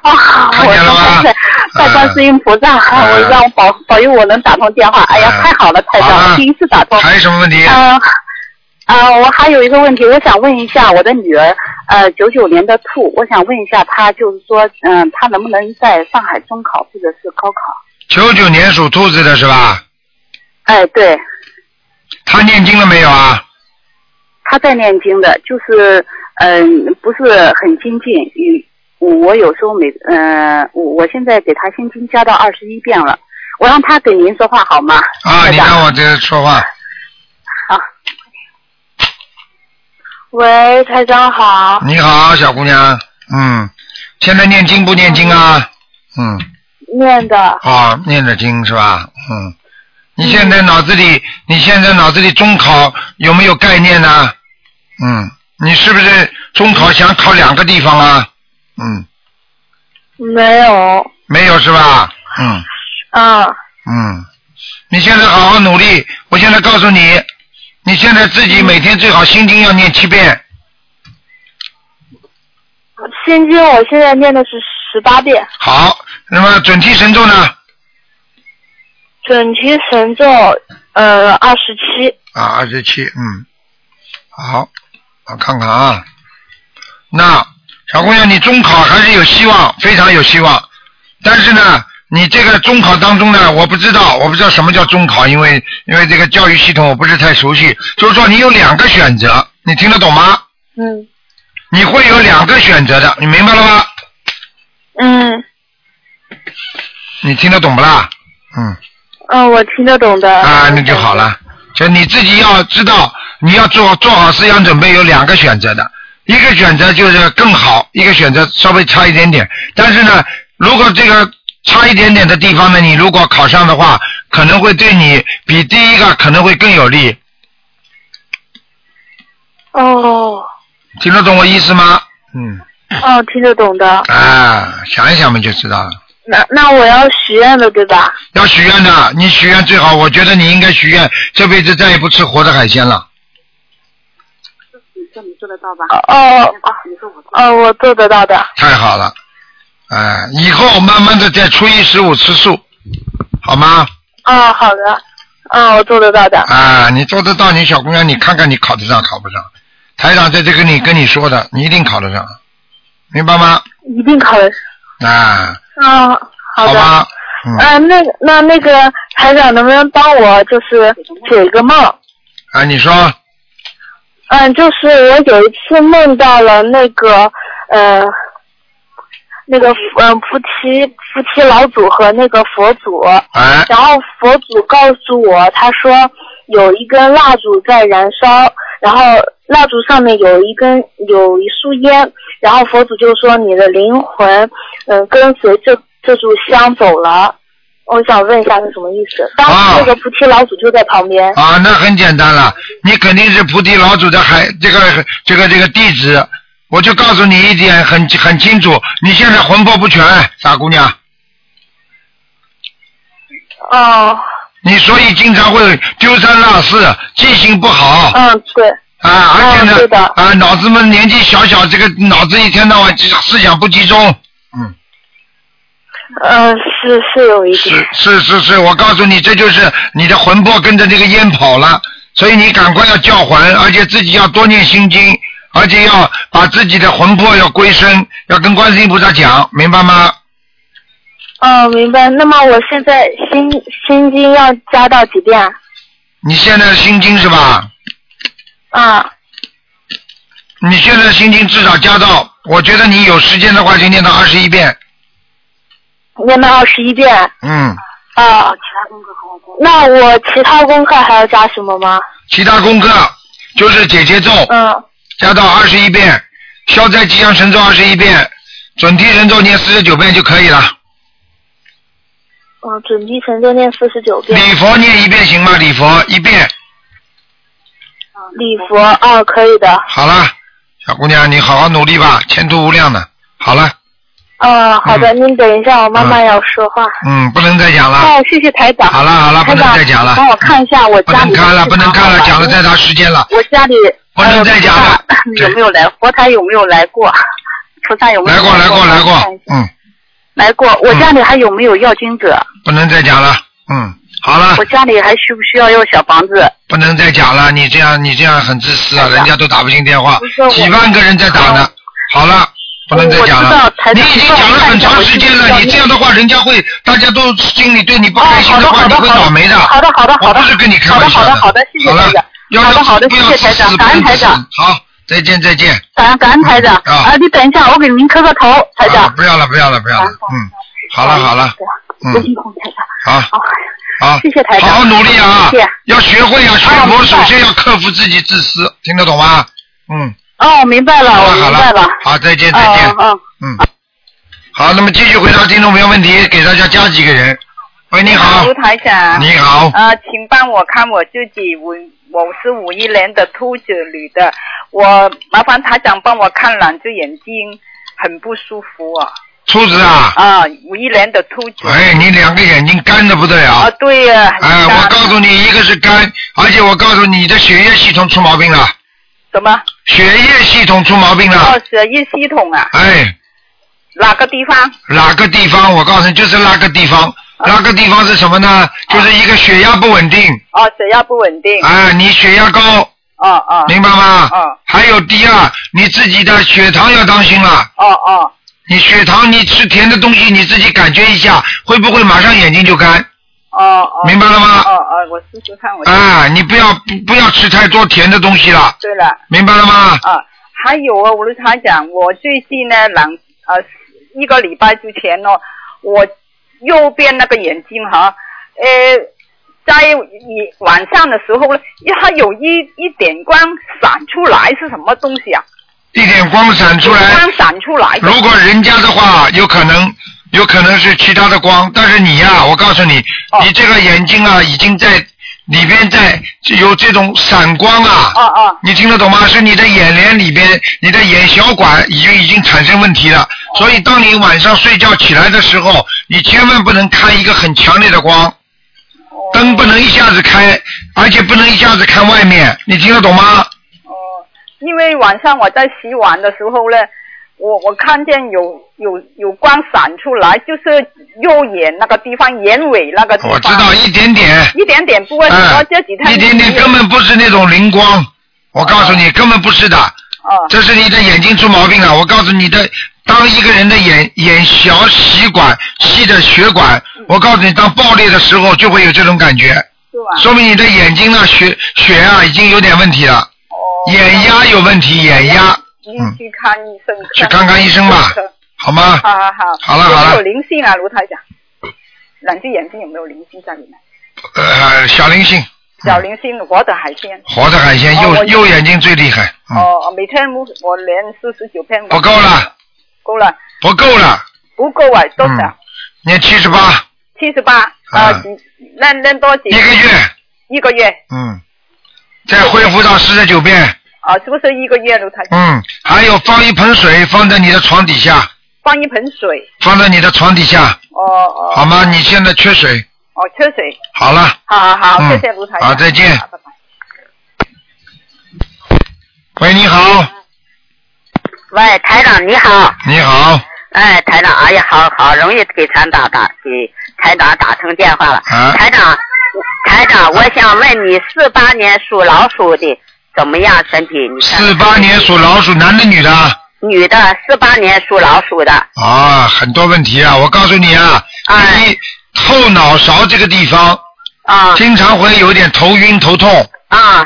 Speaker 2: 啊，
Speaker 1: 看
Speaker 2: 我
Speaker 1: 见了吗
Speaker 2: 说在拜观世音菩萨，
Speaker 1: 嗯
Speaker 2: 我让我保保佑我能打通电话，哎呀
Speaker 1: 嗯，
Speaker 2: 太好了，太
Speaker 1: 好
Speaker 2: 好
Speaker 1: 了
Speaker 2: 了，第一次打通
Speaker 1: 嗯，。还有什么问题？
Speaker 2: 嗯，啊，我还有一个问题，我想问一下我的女儿，呃，九九年的兔，我想问一下她，就是说，嗯、她能不能在上海中考或者是高考？
Speaker 1: 九九年属兔子的是吧？
Speaker 2: 哎，对，
Speaker 1: 他念经了没有啊？
Speaker 2: 她在念经的，就是嗯、不是很精进，与我我有时候每嗯、我我现在给她心经加到二十一遍了，我让她给您说话好吗？
Speaker 1: 啊，
Speaker 2: 台
Speaker 1: 你
Speaker 2: 长
Speaker 1: 让我这说话，
Speaker 5: 喂，台长好。
Speaker 1: 你好，小姑娘，嗯，现在念经不念经啊？嗯，
Speaker 5: 念的
Speaker 1: 哦，念着经是吧？嗯，你现在脑子
Speaker 5: 嗯
Speaker 1: 里，你现在脑子里中考有没有概念呢、嗯，你是不是中考想考两个地方啊？嗯，
Speaker 5: 没有。
Speaker 1: 没有是吧？嗯。
Speaker 5: 啊，
Speaker 1: 嗯，你现在好好努力。我现在告诉你，你现在自己每天最好心经要念七遍，
Speaker 5: 心经我现在念的是
Speaker 2: 十八遍。
Speaker 1: 好，那么准提神咒呢？
Speaker 2: 准提神咒，呃，二十七。
Speaker 1: 啊，二十七，嗯，好，我看看啊。那小姑娘，你中考还是有希望，非常有希望。但是呢，你这个中考当中呢，我不知道，我不知道什么叫中考，因为因为这个教育系统我不是太熟悉。就是说，你有两个选择，你听得懂吗？
Speaker 2: 嗯
Speaker 1: 你会有两个选择的，你明白了吗？
Speaker 2: 嗯
Speaker 1: 你听得懂不啦？嗯。
Speaker 2: 嗯，我听得懂的。
Speaker 1: 啊，那就好了。就你自己要知道，你要做做好思想准备，有两个选择的，一个选择就是更好，一个选择稍微差一点点。但是呢，如果这个差一点点的地方呢，你如果考上的话，可能会对你比第一个可能会更有利。
Speaker 2: 哦
Speaker 1: 听得懂我意思吗？嗯，
Speaker 2: 哦，听得懂的。
Speaker 1: 啊，想一想嘛就知道了。
Speaker 2: 那那我要许愿的对吧？
Speaker 1: 要许愿的，你许愿最好，我觉得你应该许愿，这辈子再也不吃活的海鲜了。
Speaker 3: 这你做得到吧？
Speaker 2: 哦哦，我做得到的。
Speaker 1: 太好了，哎、以后慢慢的在初一十五吃素，好吗？
Speaker 2: 哦，好的。嗯，我做得到的。
Speaker 1: 啊，你做得到，你小姑娘，你看看你考得上考不上？台长在这跟你跟你说的，你一定考得上，明白吗？
Speaker 2: 一定考得上。
Speaker 1: 啊，
Speaker 2: 啊、好的。
Speaker 1: 吧嗯
Speaker 2: 啊，那那那个台长能不能帮我就是解一个梦？
Speaker 1: 啊，你说
Speaker 2: 嗯，就是我有一次梦到了那个呃，那个嗯、呃、夫妻夫妻老祖和那个佛祖，
Speaker 1: 哎
Speaker 2: 然后佛祖告诉我，他说有一根蜡烛在燃烧，然后蜡烛上面有一根有一束烟，然后佛祖就说你的灵魂嗯、呃跟随这这炷香走了。我想问一下是什么意思？当时那个夫妻老祖就在旁边。
Speaker 1: 啊，那很简单了，你肯定是菩提老祖的孩，这个这个这个弟子。我就告诉你一点很很清楚，你现在魂魄不全，哎傻姑娘。
Speaker 2: 哦，
Speaker 1: 你所以经常会丢三落四，记性不好。
Speaker 2: 嗯，对。
Speaker 1: 啊，而且
Speaker 2: 嗯对
Speaker 1: 呢
Speaker 2: 的，
Speaker 1: 啊，脑子们年纪小小，这个脑子一天到晚思想不集中。
Speaker 2: 嗯、是是有一点。
Speaker 1: 是是是，我告诉你，这就是你的魂魄跟着这个烟跑了，所以你赶快要叫魂，而且自己要多念心经，而且要把自己的魂魄要归身，要跟观世音菩萨讲，明白吗？
Speaker 2: 哦，明白。那么我现在心心经要加到几遍？
Speaker 1: 你现在的心经是吧？
Speaker 2: 啊，
Speaker 1: 你现在的心经至少加到，我觉得你有时间的话就念到二十一遍，
Speaker 2: 念到二十一遍。
Speaker 1: 嗯。
Speaker 2: 啊，那我其他功课还要加什么吗？
Speaker 1: 其他功课就是解结咒，
Speaker 2: 嗯，
Speaker 1: 加到二十一遍，消灾吉祥神咒二十一遍，准提神咒念四十九遍就可以了。
Speaker 2: 嗯，准提神咒念四十九遍，
Speaker 1: 礼佛念一遍行吗？礼佛一遍，
Speaker 2: 礼佛啊，可以的。
Speaker 1: 好了，小姑娘你好好努力吧，前途无量的。好了，
Speaker 2: 嗯，啊好的，您等一下，我妈妈要说话。
Speaker 1: 嗯，不能再讲了，
Speaker 2: 哦，谢谢台长。
Speaker 1: 好了好了
Speaker 2: 台
Speaker 1: 不能
Speaker 2: 长
Speaker 1: 再讲了
Speaker 2: 帮我看一下我
Speaker 1: 不
Speaker 2: 家
Speaker 1: 能
Speaker 2: 里
Speaker 1: 看了，不能看了，讲了太
Speaker 2: 长。
Speaker 1: 长时间了。
Speaker 3: 我家里
Speaker 1: 不能再讲了
Speaker 3: 呃菩萨有没有 来？佛台有没有来过？菩萨有没有
Speaker 1: 来过来
Speaker 2: 哦
Speaker 1: 过来过
Speaker 3: 我看一下，
Speaker 1: 嗯，
Speaker 3: 来过。我家里还有没有要 经者？
Speaker 1: 不能再讲了，嗯，好了
Speaker 3: 我，家里还需不需要要小房子？
Speaker 1: 不能再讲了，你这样你这样很自私啊，人家都打不进电话
Speaker 3: 不是，我
Speaker 1: 几万个人在打呢。好了，不能再讲
Speaker 3: 我知道
Speaker 1: 了，
Speaker 3: 台
Speaker 1: 你
Speaker 3: 长
Speaker 1: 已经讲了很长时间
Speaker 3: 我知
Speaker 1: 了，
Speaker 3: 道
Speaker 1: 你这样的话，人家会大家都心里对你不
Speaker 3: 哦，
Speaker 1: 开心
Speaker 3: 好的
Speaker 1: 话，
Speaker 3: 好
Speaker 1: 你
Speaker 3: 的
Speaker 1: 会倒霉
Speaker 3: 好的好的
Speaker 1: 我
Speaker 3: 好的。
Speaker 1: 不是跟你开
Speaker 3: 好的
Speaker 1: 玩笑
Speaker 3: 好的好的，谢谢
Speaker 1: 好
Speaker 3: 台
Speaker 1: 了
Speaker 3: 长。，
Speaker 1: 要
Speaker 3: 好的好的
Speaker 1: 不要
Speaker 3: 谢谢台长
Speaker 1: 自私
Speaker 3: 感恩
Speaker 1: 不要
Speaker 3: 台长
Speaker 1: 自私好，再见再见。
Speaker 3: 感恩感恩台长。
Speaker 1: 啊
Speaker 3: 啊，你等一下，我给您磕个头，台
Speaker 1: 啊
Speaker 3: 长。
Speaker 1: 不要了不要了不要了，嗯，好了好了，
Speaker 3: 不
Speaker 1: 嗯，
Speaker 3: 辛苦台长。
Speaker 1: 好，
Speaker 3: 好，
Speaker 1: 好，
Speaker 3: 谢谢台
Speaker 1: 好
Speaker 3: 长
Speaker 1: 好努力啊
Speaker 3: 谢谢！
Speaker 1: 要学会啊，学
Speaker 3: 啊
Speaker 1: 佛
Speaker 3: 明白
Speaker 1: 首先要克服自己自私，听得懂吗？嗯，
Speaker 3: 哦，明白了，
Speaker 1: 好了
Speaker 3: 我
Speaker 1: 好
Speaker 3: 明白
Speaker 1: 了
Speaker 3: 了。，
Speaker 1: 好，再见再见
Speaker 3: 嗯，嗯。
Speaker 1: 嗯，好，那么继续回答听众朋友问题，给大家加几个人。喂，你好，
Speaker 5: 卢台长。
Speaker 1: 你好，
Speaker 5: 呃，请帮我看我自己，我我是五一年的兔子女的，我麻烦台长帮我看两只眼睛，很不舒服啊。
Speaker 1: 兔子啊，
Speaker 5: 啊，五一年的兔子。
Speaker 1: 哎，你两个眼睛干的不得了
Speaker 5: 啊，，
Speaker 3: 哦
Speaker 5: 对呀、很
Speaker 1: 哎，
Speaker 3: 啊
Speaker 5: 大
Speaker 1: 我告诉你，一个是肝，而且我告诉你，你的血液系统出毛病了，
Speaker 5: 什么？
Speaker 2: 啊
Speaker 1: 血液系统出毛病了
Speaker 3: 哦
Speaker 5: 哦，，血液系统啊。
Speaker 1: 哎，
Speaker 5: 哪个地方？
Speaker 1: 哪个地方？我告诉你，就是那个地方。那个地方是什么呢？就是一个血压不稳定
Speaker 5: 哦，血压不稳定。
Speaker 1: 啊，你血压高，
Speaker 5: 哦哦。
Speaker 1: 明白吗？
Speaker 5: 哦
Speaker 1: 还有第二，你自己的血糖要当心了。
Speaker 5: 哦哦。
Speaker 1: 你血糖，你吃甜的东西，你自己感觉一下，会不会马上眼睛就干？
Speaker 5: 哦哦。
Speaker 1: 明白了吗
Speaker 5: 哦哦，我试试看，我。
Speaker 1: 啊，你不要不不要吃太多甜的东西了。
Speaker 5: 对了。
Speaker 1: 明白了吗
Speaker 5: 啊，还有啊，我卢台长，我最近呢，两呃一个礼拜之前呢，我右边那个眼睛哈，呃，在你晚上的时候呢，它有一一点光闪出来，是什么东西啊？
Speaker 1: 一点光闪出来。
Speaker 5: 光闪出来。
Speaker 1: 如果人家的话，有可能，有可能是其他的光，但是你呀、我告诉你，你这个眼睛啊，已经在里边在有这种闪光啊。
Speaker 5: 哦哦。
Speaker 1: 你听得懂吗？是你的眼帘里边，你的眼小管已经已经产生问题了。所以，当你晚上睡觉起来的时候，你千万不能开一个很强烈的光，灯不能一下子开，而且不能一下子看外面。你听得懂吗？
Speaker 5: 因为晚上我在洗碗的时候呢，我我看见有有有光闪出来，就是右眼那个地方，眼尾那个地方。
Speaker 1: 我知道一点点
Speaker 5: 一点点，不过
Speaker 1: 哎
Speaker 5: 说这几天、
Speaker 1: 一点点根本不是那种灵光，我告诉
Speaker 5: 哦
Speaker 1: 你，根本不是的。
Speaker 5: 啊
Speaker 1: 这是你的眼睛出毛病啊了。我告诉你的，当一个人的眼眼小血管吸着血管，
Speaker 5: 嗯
Speaker 1: 我告诉你，当爆裂的时候就会有这种感觉，
Speaker 5: 嗯
Speaker 1: 说明你的眼睛啊血血啊已经有点问题了，
Speaker 5: 哦
Speaker 1: 眼压有问题，眼压
Speaker 5: 您去看医生。
Speaker 1: 去看看医生吧好吗？
Speaker 5: 好啊好好。
Speaker 1: 好了好了
Speaker 5: 有没有灵性啊，卢台长？两只眼睛有没有灵性在里面？
Speaker 1: 呃，小灵性，
Speaker 5: 小灵性活的海鲜。
Speaker 1: 活的海鲜，
Speaker 5: 哦
Speaker 1: 右
Speaker 5: 我
Speaker 1: 右眼睛最厉害，嗯
Speaker 5: 哦，每天我我连四十九篇。
Speaker 1: 不够了。
Speaker 5: 够了，
Speaker 1: 不够了，
Speaker 5: 不够啊，多
Speaker 1: 嗯
Speaker 5: 少？
Speaker 1: 念七十八，
Speaker 5: 七十八啊，几那那多几？一个
Speaker 1: 月。
Speaker 5: 一个月
Speaker 1: 嗯，再恢复到四十九遍，
Speaker 5: 啊，是不是一个月卢台长？
Speaker 1: 嗯，还有放一盆水放在你的床底下，
Speaker 5: 放一盆水。
Speaker 1: 放在你的床底下，
Speaker 5: 哦哦。
Speaker 1: 好吗？你现在缺水，
Speaker 5: 哦，缺水。
Speaker 1: 好了，
Speaker 5: 好好好，
Speaker 1: 嗯
Speaker 5: 谢谢卢台长。
Speaker 1: 好再见
Speaker 5: 好拜拜
Speaker 1: 喂，你好，
Speaker 2: 喂，台长你好，
Speaker 1: 你好，
Speaker 2: 哎，台长，哎呀，好好容易给台长打给台长打通电话了。
Speaker 1: 啊
Speaker 2: 台长，台长，我想问你，四八年属老鼠的怎么样身体？你看
Speaker 1: 四八年属老鼠，男的女的？
Speaker 2: 女的，四八年属老鼠的，
Speaker 1: 啊，很多问题啊！我告诉你啊，第一，后脑勺这个地方，
Speaker 2: 啊，
Speaker 1: 经常会有点头晕头痛，
Speaker 2: 啊，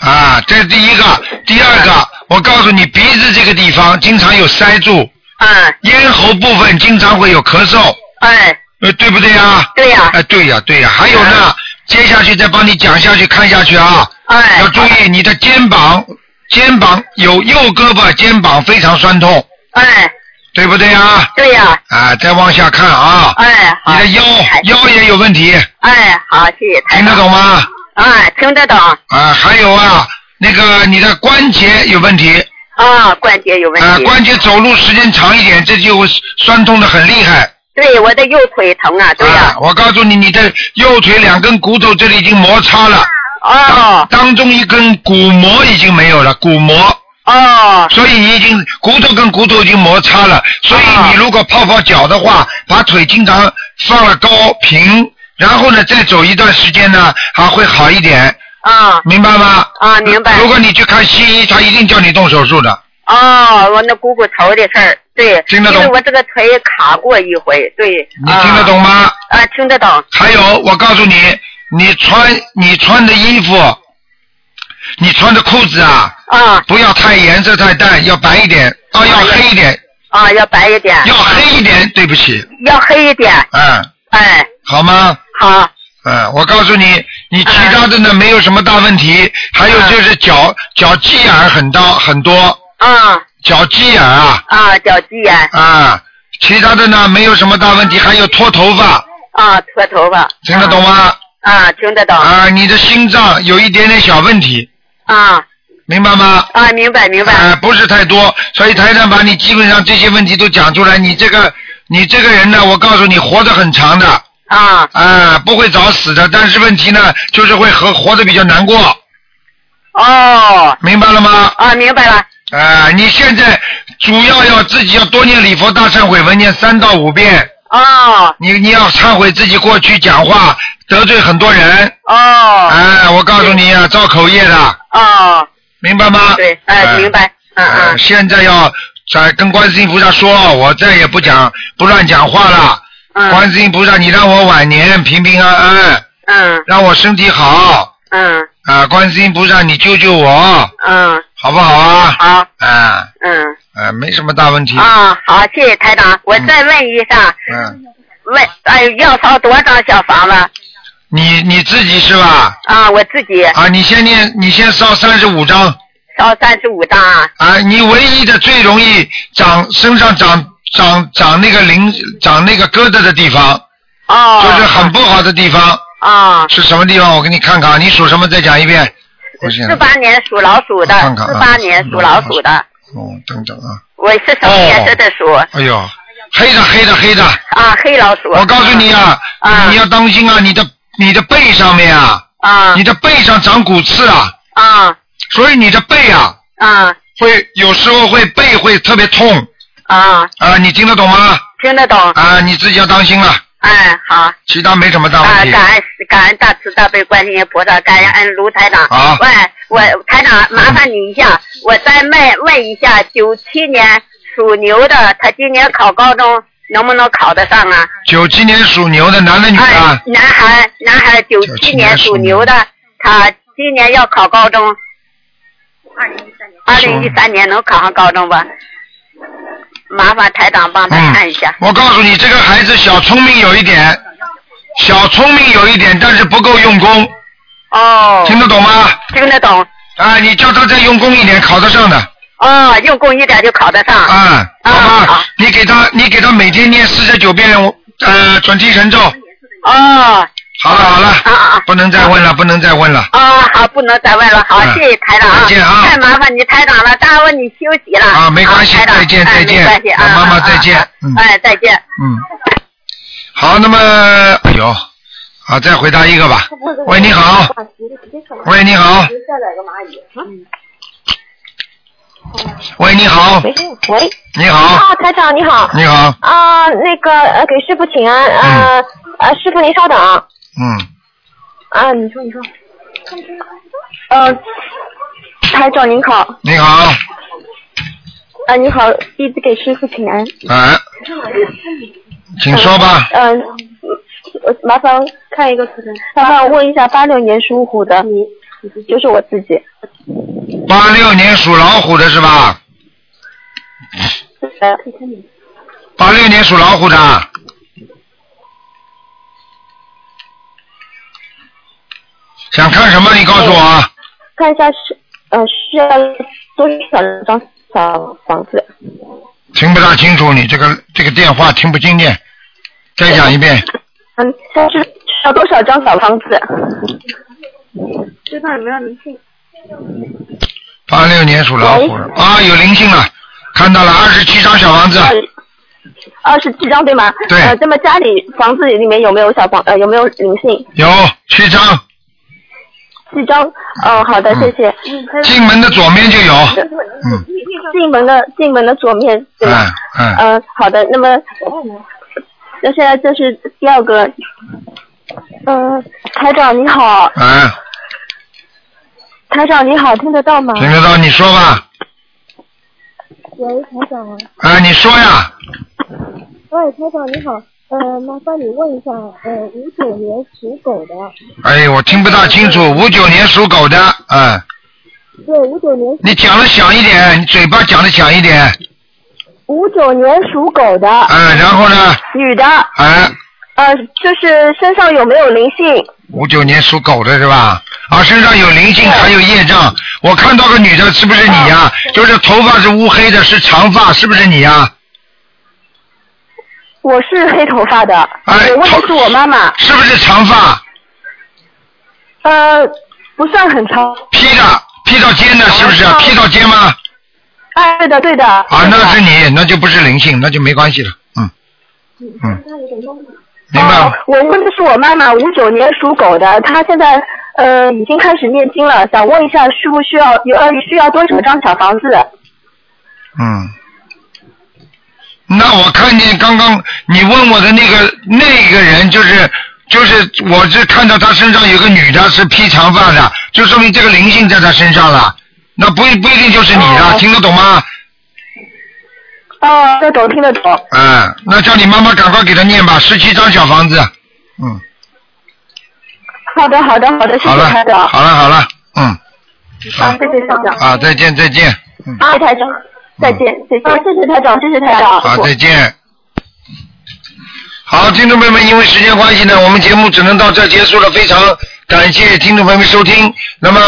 Speaker 1: 啊，这是第一个，第二个，我告诉你，鼻子这个地方经常有塞住，
Speaker 2: 嗯，
Speaker 1: 咽喉部分经常会有咳嗽，
Speaker 2: 哎，
Speaker 1: 呃，对不对呀？
Speaker 2: 对呀
Speaker 1: 哎，对呀，对呀，还有呢，接下去再帮你讲下去，看下去啊，
Speaker 2: 哎，
Speaker 1: 要注意你的肩膀，肩膀有右胳膊肩膀非常酸痛，
Speaker 2: 哎，
Speaker 1: 对不对呀？
Speaker 2: 对呀，
Speaker 1: 啊，再往下看啊，
Speaker 2: 哎，
Speaker 1: 你的腰腰也有问题，
Speaker 2: 哎，好，谢谢台
Speaker 1: 听
Speaker 2: 长。
Speaker 1: 得懂吗？
Speaker 2: 啊，听得懂。
Speaker 1: 啊，还有啊，那个你的关节有问题。
Speaker 2: 啊，关节有问题。
Speaker 1: 啊，关节走路时间长一点，这就会酸痛的很厉害。
Speaker 2: 对，我的右腿疼啊，对呀、
Speaker 1: 啊，我告诉你，你的右腿两根骨头这里已经摩擦了。
Speaker 2: 哦。
Speaker 1: 当中一根骨膜已经没有了，骨膜。
Speaker 2: 哦。
Speaker 1: 所以你已经骨头跟骨头已经摩擦了，所以你如果泡泡脚的话，把腿经常放了高平，然后呢再走一段时间呢，还会好一点。
Speaker 2: 啊。
Speaker 1: 明白吗？
Speaker 2: 啊，明白。
Speaker 1: 如果你去看西医，他一定叫你动手术的。
Speaker 2: 哦，我那股骨头的事儿，对，
Speaker 1: 听得懂
Speaker 2: 因为我这个腿卡过一回，对。
Speaker 1: 你听得懂吗？
Speaker 2: 啊，听得懂。
Speaker 1: 还有，我告诉你，你穿你穿的衣服，你穿的裤子啊，
Speaker 2: 啊，
Speaker 1: 不要太颜色太淡，要白一点，啊，要黑一点，
Speaker 2: 啊，要白一点。
Speaker 1: 要黑一点，对不起，
Speaker 2: 要黑一点。
Speaker 1: 嗯，
Speaker 2: 哎，
Speaker 1: 好吗？
Speaker 2: 好。
Speaker 1: 嗯，我告诉你，你其他的呢没有什么大问题，还有就是脚脚鸡眼儿很大很多，
Speaker 2: 啊
Speaker 1: 脚鸡眼啊，
Speaker 2: 啊，脚鸡眼
Speaker 1: 啊，其他的呢没有什么大问题，还有脱头发，
Speaker 2: 啊，脱头发。
Speaker 1: 听得懂吗？
Speaker 2: 啊，听得懂。
Speaker 1: 啊，你的心脏有一点点小问题，
Speaker 2: 啊
Speaker 1: 明白吗？
Speaker 2: 啊，明白明白。
Speaker 1: 啊、不是太多，所以台长把你基本上这些问题都讲出来。你这个，你这个人呢，我告诉你，活得很长的，啊、
Speaker 2: 啊
Speaker 1: 不会早死的。但是问题呢，就是会和活得比较难过。
Speaker 2: 哦。
Speaker 1: 明白了吗？
Speaker 2: 啊，明白了。
Speaker 1: 啊、你现在主要要自己要多念礼佛大忏悔文，念三到五遍。
Speaker 2: 哦。
Speaker 1: 你你要忏悔自己过去讲话得罪很多人。
Speaker 2: 哦。
Speaker 1: 哎，我告诉你啊，造口业的，
Speaker 2: 哦，
Speaker 1: 明白吗？
Speaker 2: 对，
Speaker 1: 啊
Speaker 2: 哎，明白，嗯
Speaker 1: 嗯。现在要在跟观世音菩萨说，我再也不讲不乱讲话了。观世音菩萨，你让我晚年平平安安，
Speaker 2: 嗯
Speaker 1: 让我身体好
Speaker 2: 嗯
Speaker 1: 啊！观世音菩萨，你救救我，
Speaker 2: 嗯
Speaker 1: 好不好啊？
Speaker 2: 好，
Speaker 1: 啊
Speaker 2: 嗯
Speaker 1: 啊，没什么大问题。
Speaker 2: 啊，好，谢谢台长。我再问一下，
Speaker 1: 嗯，
Speaker 2: 问哎要烧多张小房子
Speaker 1: 你你自己是吧？
Speaker 2: 啊？我自己
Speaker 1: 啊，你先念，你先烧三十五张。
Speaker 2: 烧三十五张啊。
Speaker 1: 啊，你唯一的最容易长身上长长长那个鳞长那个疙瘩的地方，
Speaker 2: 哦，
Speaker 1: 就是很不好的地方，
Speaker 2: 啊，
Speaker 1: 是什么地方？我给你看啊看，你属什么？再讲一遍。我想
Speaker 2: 四八年属老鼠的，
Speaker 1: 嗯看看
Speaker 2: 四
Speaker 1: 啊
Speaker 2: 八年属老鼠的，
Speaker 1: 哦，等等啊，
Speaker 2: 我是什么颜色的鼠？
Speaker 1: 哎呦，黑的黑的黑的，
Speaker 2: 啊，黑老鼠。
Speaker 1: 我告诉你啊，你要当心啊，你的你的背上面啊，
Speaker 2: 啊，
Speaker 1: 你的背上长骨刺啊，
Speaker 2: 啊
Speaker 1: 所以你的背啊
Speaker 2: 啊
Speaker 1: 会有时候会背会特别痛
Speaker 2: 啊，
Speaker 1: 啊，你听得懂吗？
Speaker 2: 听得懂。
Speaker 1: 啊，你自己要当心了，
Speaker 2: 哎，好。
Speaker 1: 其他没什么大
Speaker 2: 啊，
Speaker 1: 问题。
Speaker 2: 感恩感恩大慈大悲观世音菩萨，感恩卢台长。
Speaker 1: 好
Speaker 2: 喂，我台长，麻烦你一下，我再问问一下，九七年属牛的，他今年考高中能不能考得上啊？哎
Speaker 1: 九七年属牛的男的女的啊？
Speaker 2: 男孩，男孩，嗯九七年属牛的，他今年要考高中。二零一三年能考上高中吧？麻烦台长帮他看一下。
Speaker 1: 嗯我告诉你，这个孩子小聪明有一点，小聪明有一点，但是不够用功。
Speaker 2: 哦。
Speaker 1: 听得懂吗？
Speaker 2: 听得懂。
Speaker 1: 啊，你叫他再用功一点，考得上的。
Speaker 2: 哦，用功一点就考得上。
Speaker 1: 啊，好吧，你给他，你给他每天念四十九遍呃准提神咒。
Speaker 2: 哦。
Speaker 1: 好了好了，不能再问了，不能再问了。
Speaker 2: 啊，好，不能再问了，好，
Speaker 1: 嗯
Speaker 2: 谢谢台长啊，
Speaker 1: 再见啊
Speaker 2: 太麻烦你台长了，耽误你休息了
Speaker 1: 啊，没关系，
Speaker 2: 台长
Speaker 1: 再见
Speaker 2: 哎
Speaker 1: 再见
Speaker 2: 没关系，
Speaker 1: 老
Speaker 2: 啊，
Speaker 1: 妈妈
Speaker 2: 啊
Speaker 1: 再见，
Speaker 2: 啊
Speaker 1: 嗯
Speaker 2: 哎，再见。
Speaker 1: 嗯。好，那么，哎呦，啊，再回答一个吧。喂，你好。喂，你好。喂，你好。
Speaker 5: 喂，
Speaker 1: 你好，
Speaker 5: 啊，台长你好。
Speaker 1: 你好，
Speaker 5: 啊、那个呃，给师傅请安。
Speaker 10: 啊
Speaker 5: 呃、呃，师傅您稍等啊。
Speaker 1: 嗯。
Speaker 5: 啊，你说你说。呃，台长您好。啊、
Speaker 1: 你好，
Speaker 5: 你好，弟子给师傅请安。
Speaker 1: 哎，请说吧。
Speaker 5: 嗯、呃，麻烦看一个图腾。麻烦问一下，八六年属虎的，你就是我自己。
Speaker 1: 八六年属老虎的是吧？
Speaker 5: 呃，
Speaker 1: 八六年属老虎的，想看什么？你告诉我啊。
Speaker 5: 看一下是呃需要多少张小房子？
Speaker 1: 听不大清楚，你这个这个电话听不进去，再讲一遍。
Speaker 5: 嗯，但是需要多少张小房子？
Speaker 11: 身上有没有灵性？
Speaker 1: 八六年属老虎的啊，有灵性了，看到了二十七张小房
Speaker 5: 呃
Speaker 1: 子，
Speaker 5: 二十七呃张对吗？
Speaker 1: 对
Speaker 5: 呃，那么家里房子里面有没有小房呃有没有灵性？
Speaker 1: 有七张，
Speaker 5: 七张。哦，好的，谢谢。
Speaker 1: 进门的左面就有嗯。
Speaker 5: 进门的进门的左面对吗？
Speaker 1: 嗯嗯，
Speaker 5: 嗯、好的。那么，那现在这是第二个。嗯、台长你好，
Speaker 1: 哎，
Speaker 5: 台长你好，听得到吗？
Speaker 1: 听得到你说吧，
Speaker 11: 喂，台长啊。
Speaker 1: 啊，你说呀，
Speaker 11: 喂，台长你好，呃，麻烦你问一下，呃，五九年属狗的，呃
Speaker 1: 哎，我听不大清楚，五九年属狗的，嗯，
Speaker 11: 对，五九年
Speaker 1: 你讲的响一点，你嘴巴讲的响一点，
Speaker 11: 五九年属狗的。
Speaker 1: 嗯，然后呢，
Speaker 5: 女的，
Speaker 1: 哎，
Speaker 5: 呃，就是身上有没有灵性？
Speaker 1: 五九年属狗的是吧？啊，身上有灵性，还有业障。我看到个女的，是不是你呀、
Speaker 11: 哦
Speaker 1: 就是头发是乌黑的，是长发，是不是你呀、
Speaker 5: 我是黑头发的，
Speaker 1: 哎
Speaker 5: 我问的是我妈妈。
Speaker 1: 是不是长发？
Speaker 5: 呃，不算很长。
Speaker 1: 披的，披到肩的，是不是？披到肩吗？
Speaker 5: 哎，对的，对的。
Speaker 1: 啊，那是你，那就不是灵性，那就没关系了。嗯，嗯，明白了。
Speaker 5: 我问的是我妈妈，五九年属狗的，她现在呃已经开始念经了，想问一下需不需要有呃需要多少张小房子？
Speaker 1: 嗯，那我看见刚刚你问我的那个那个人就是就是，我是看到他身上有个女的是披长发的，就说明这个灵性在他身上了。那不一不一定就是你的，听得懂吗？
Speaker 10: 哦，这懂听得懂。
Speaker 1: 嗯，那叫你妈妈赶快给他念吧，十七张小房子。嗯，
Speaker 10: 好的，好的，好的，谢
Speaker 1: 好
Speaker 10: 谢
Speaker 1: 了
Speaker 10: 台，长。
Speaker 1: 好了，好了，嗯，
Speaker 10: 啊，谢谢台长。
Speaker 1: 啊，再见，再见，嗯，
Speaker 10: 啊，台长，再见，再见。啊，谢谢台长，谢谢台长。
Speaker 1: 好，啊再见。好，听众朋友们，因为时间关系呢，我们节目只能到这儿结束了。非常感谢听众朋友们收听。那么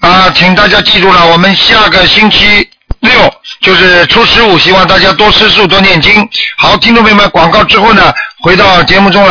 Speaker 1: 啊、请大家记住了，我们下个星期六就是初十五，希望大家多吃素，多念经。好，听众朋友们，广告之后呢，回到节目中来。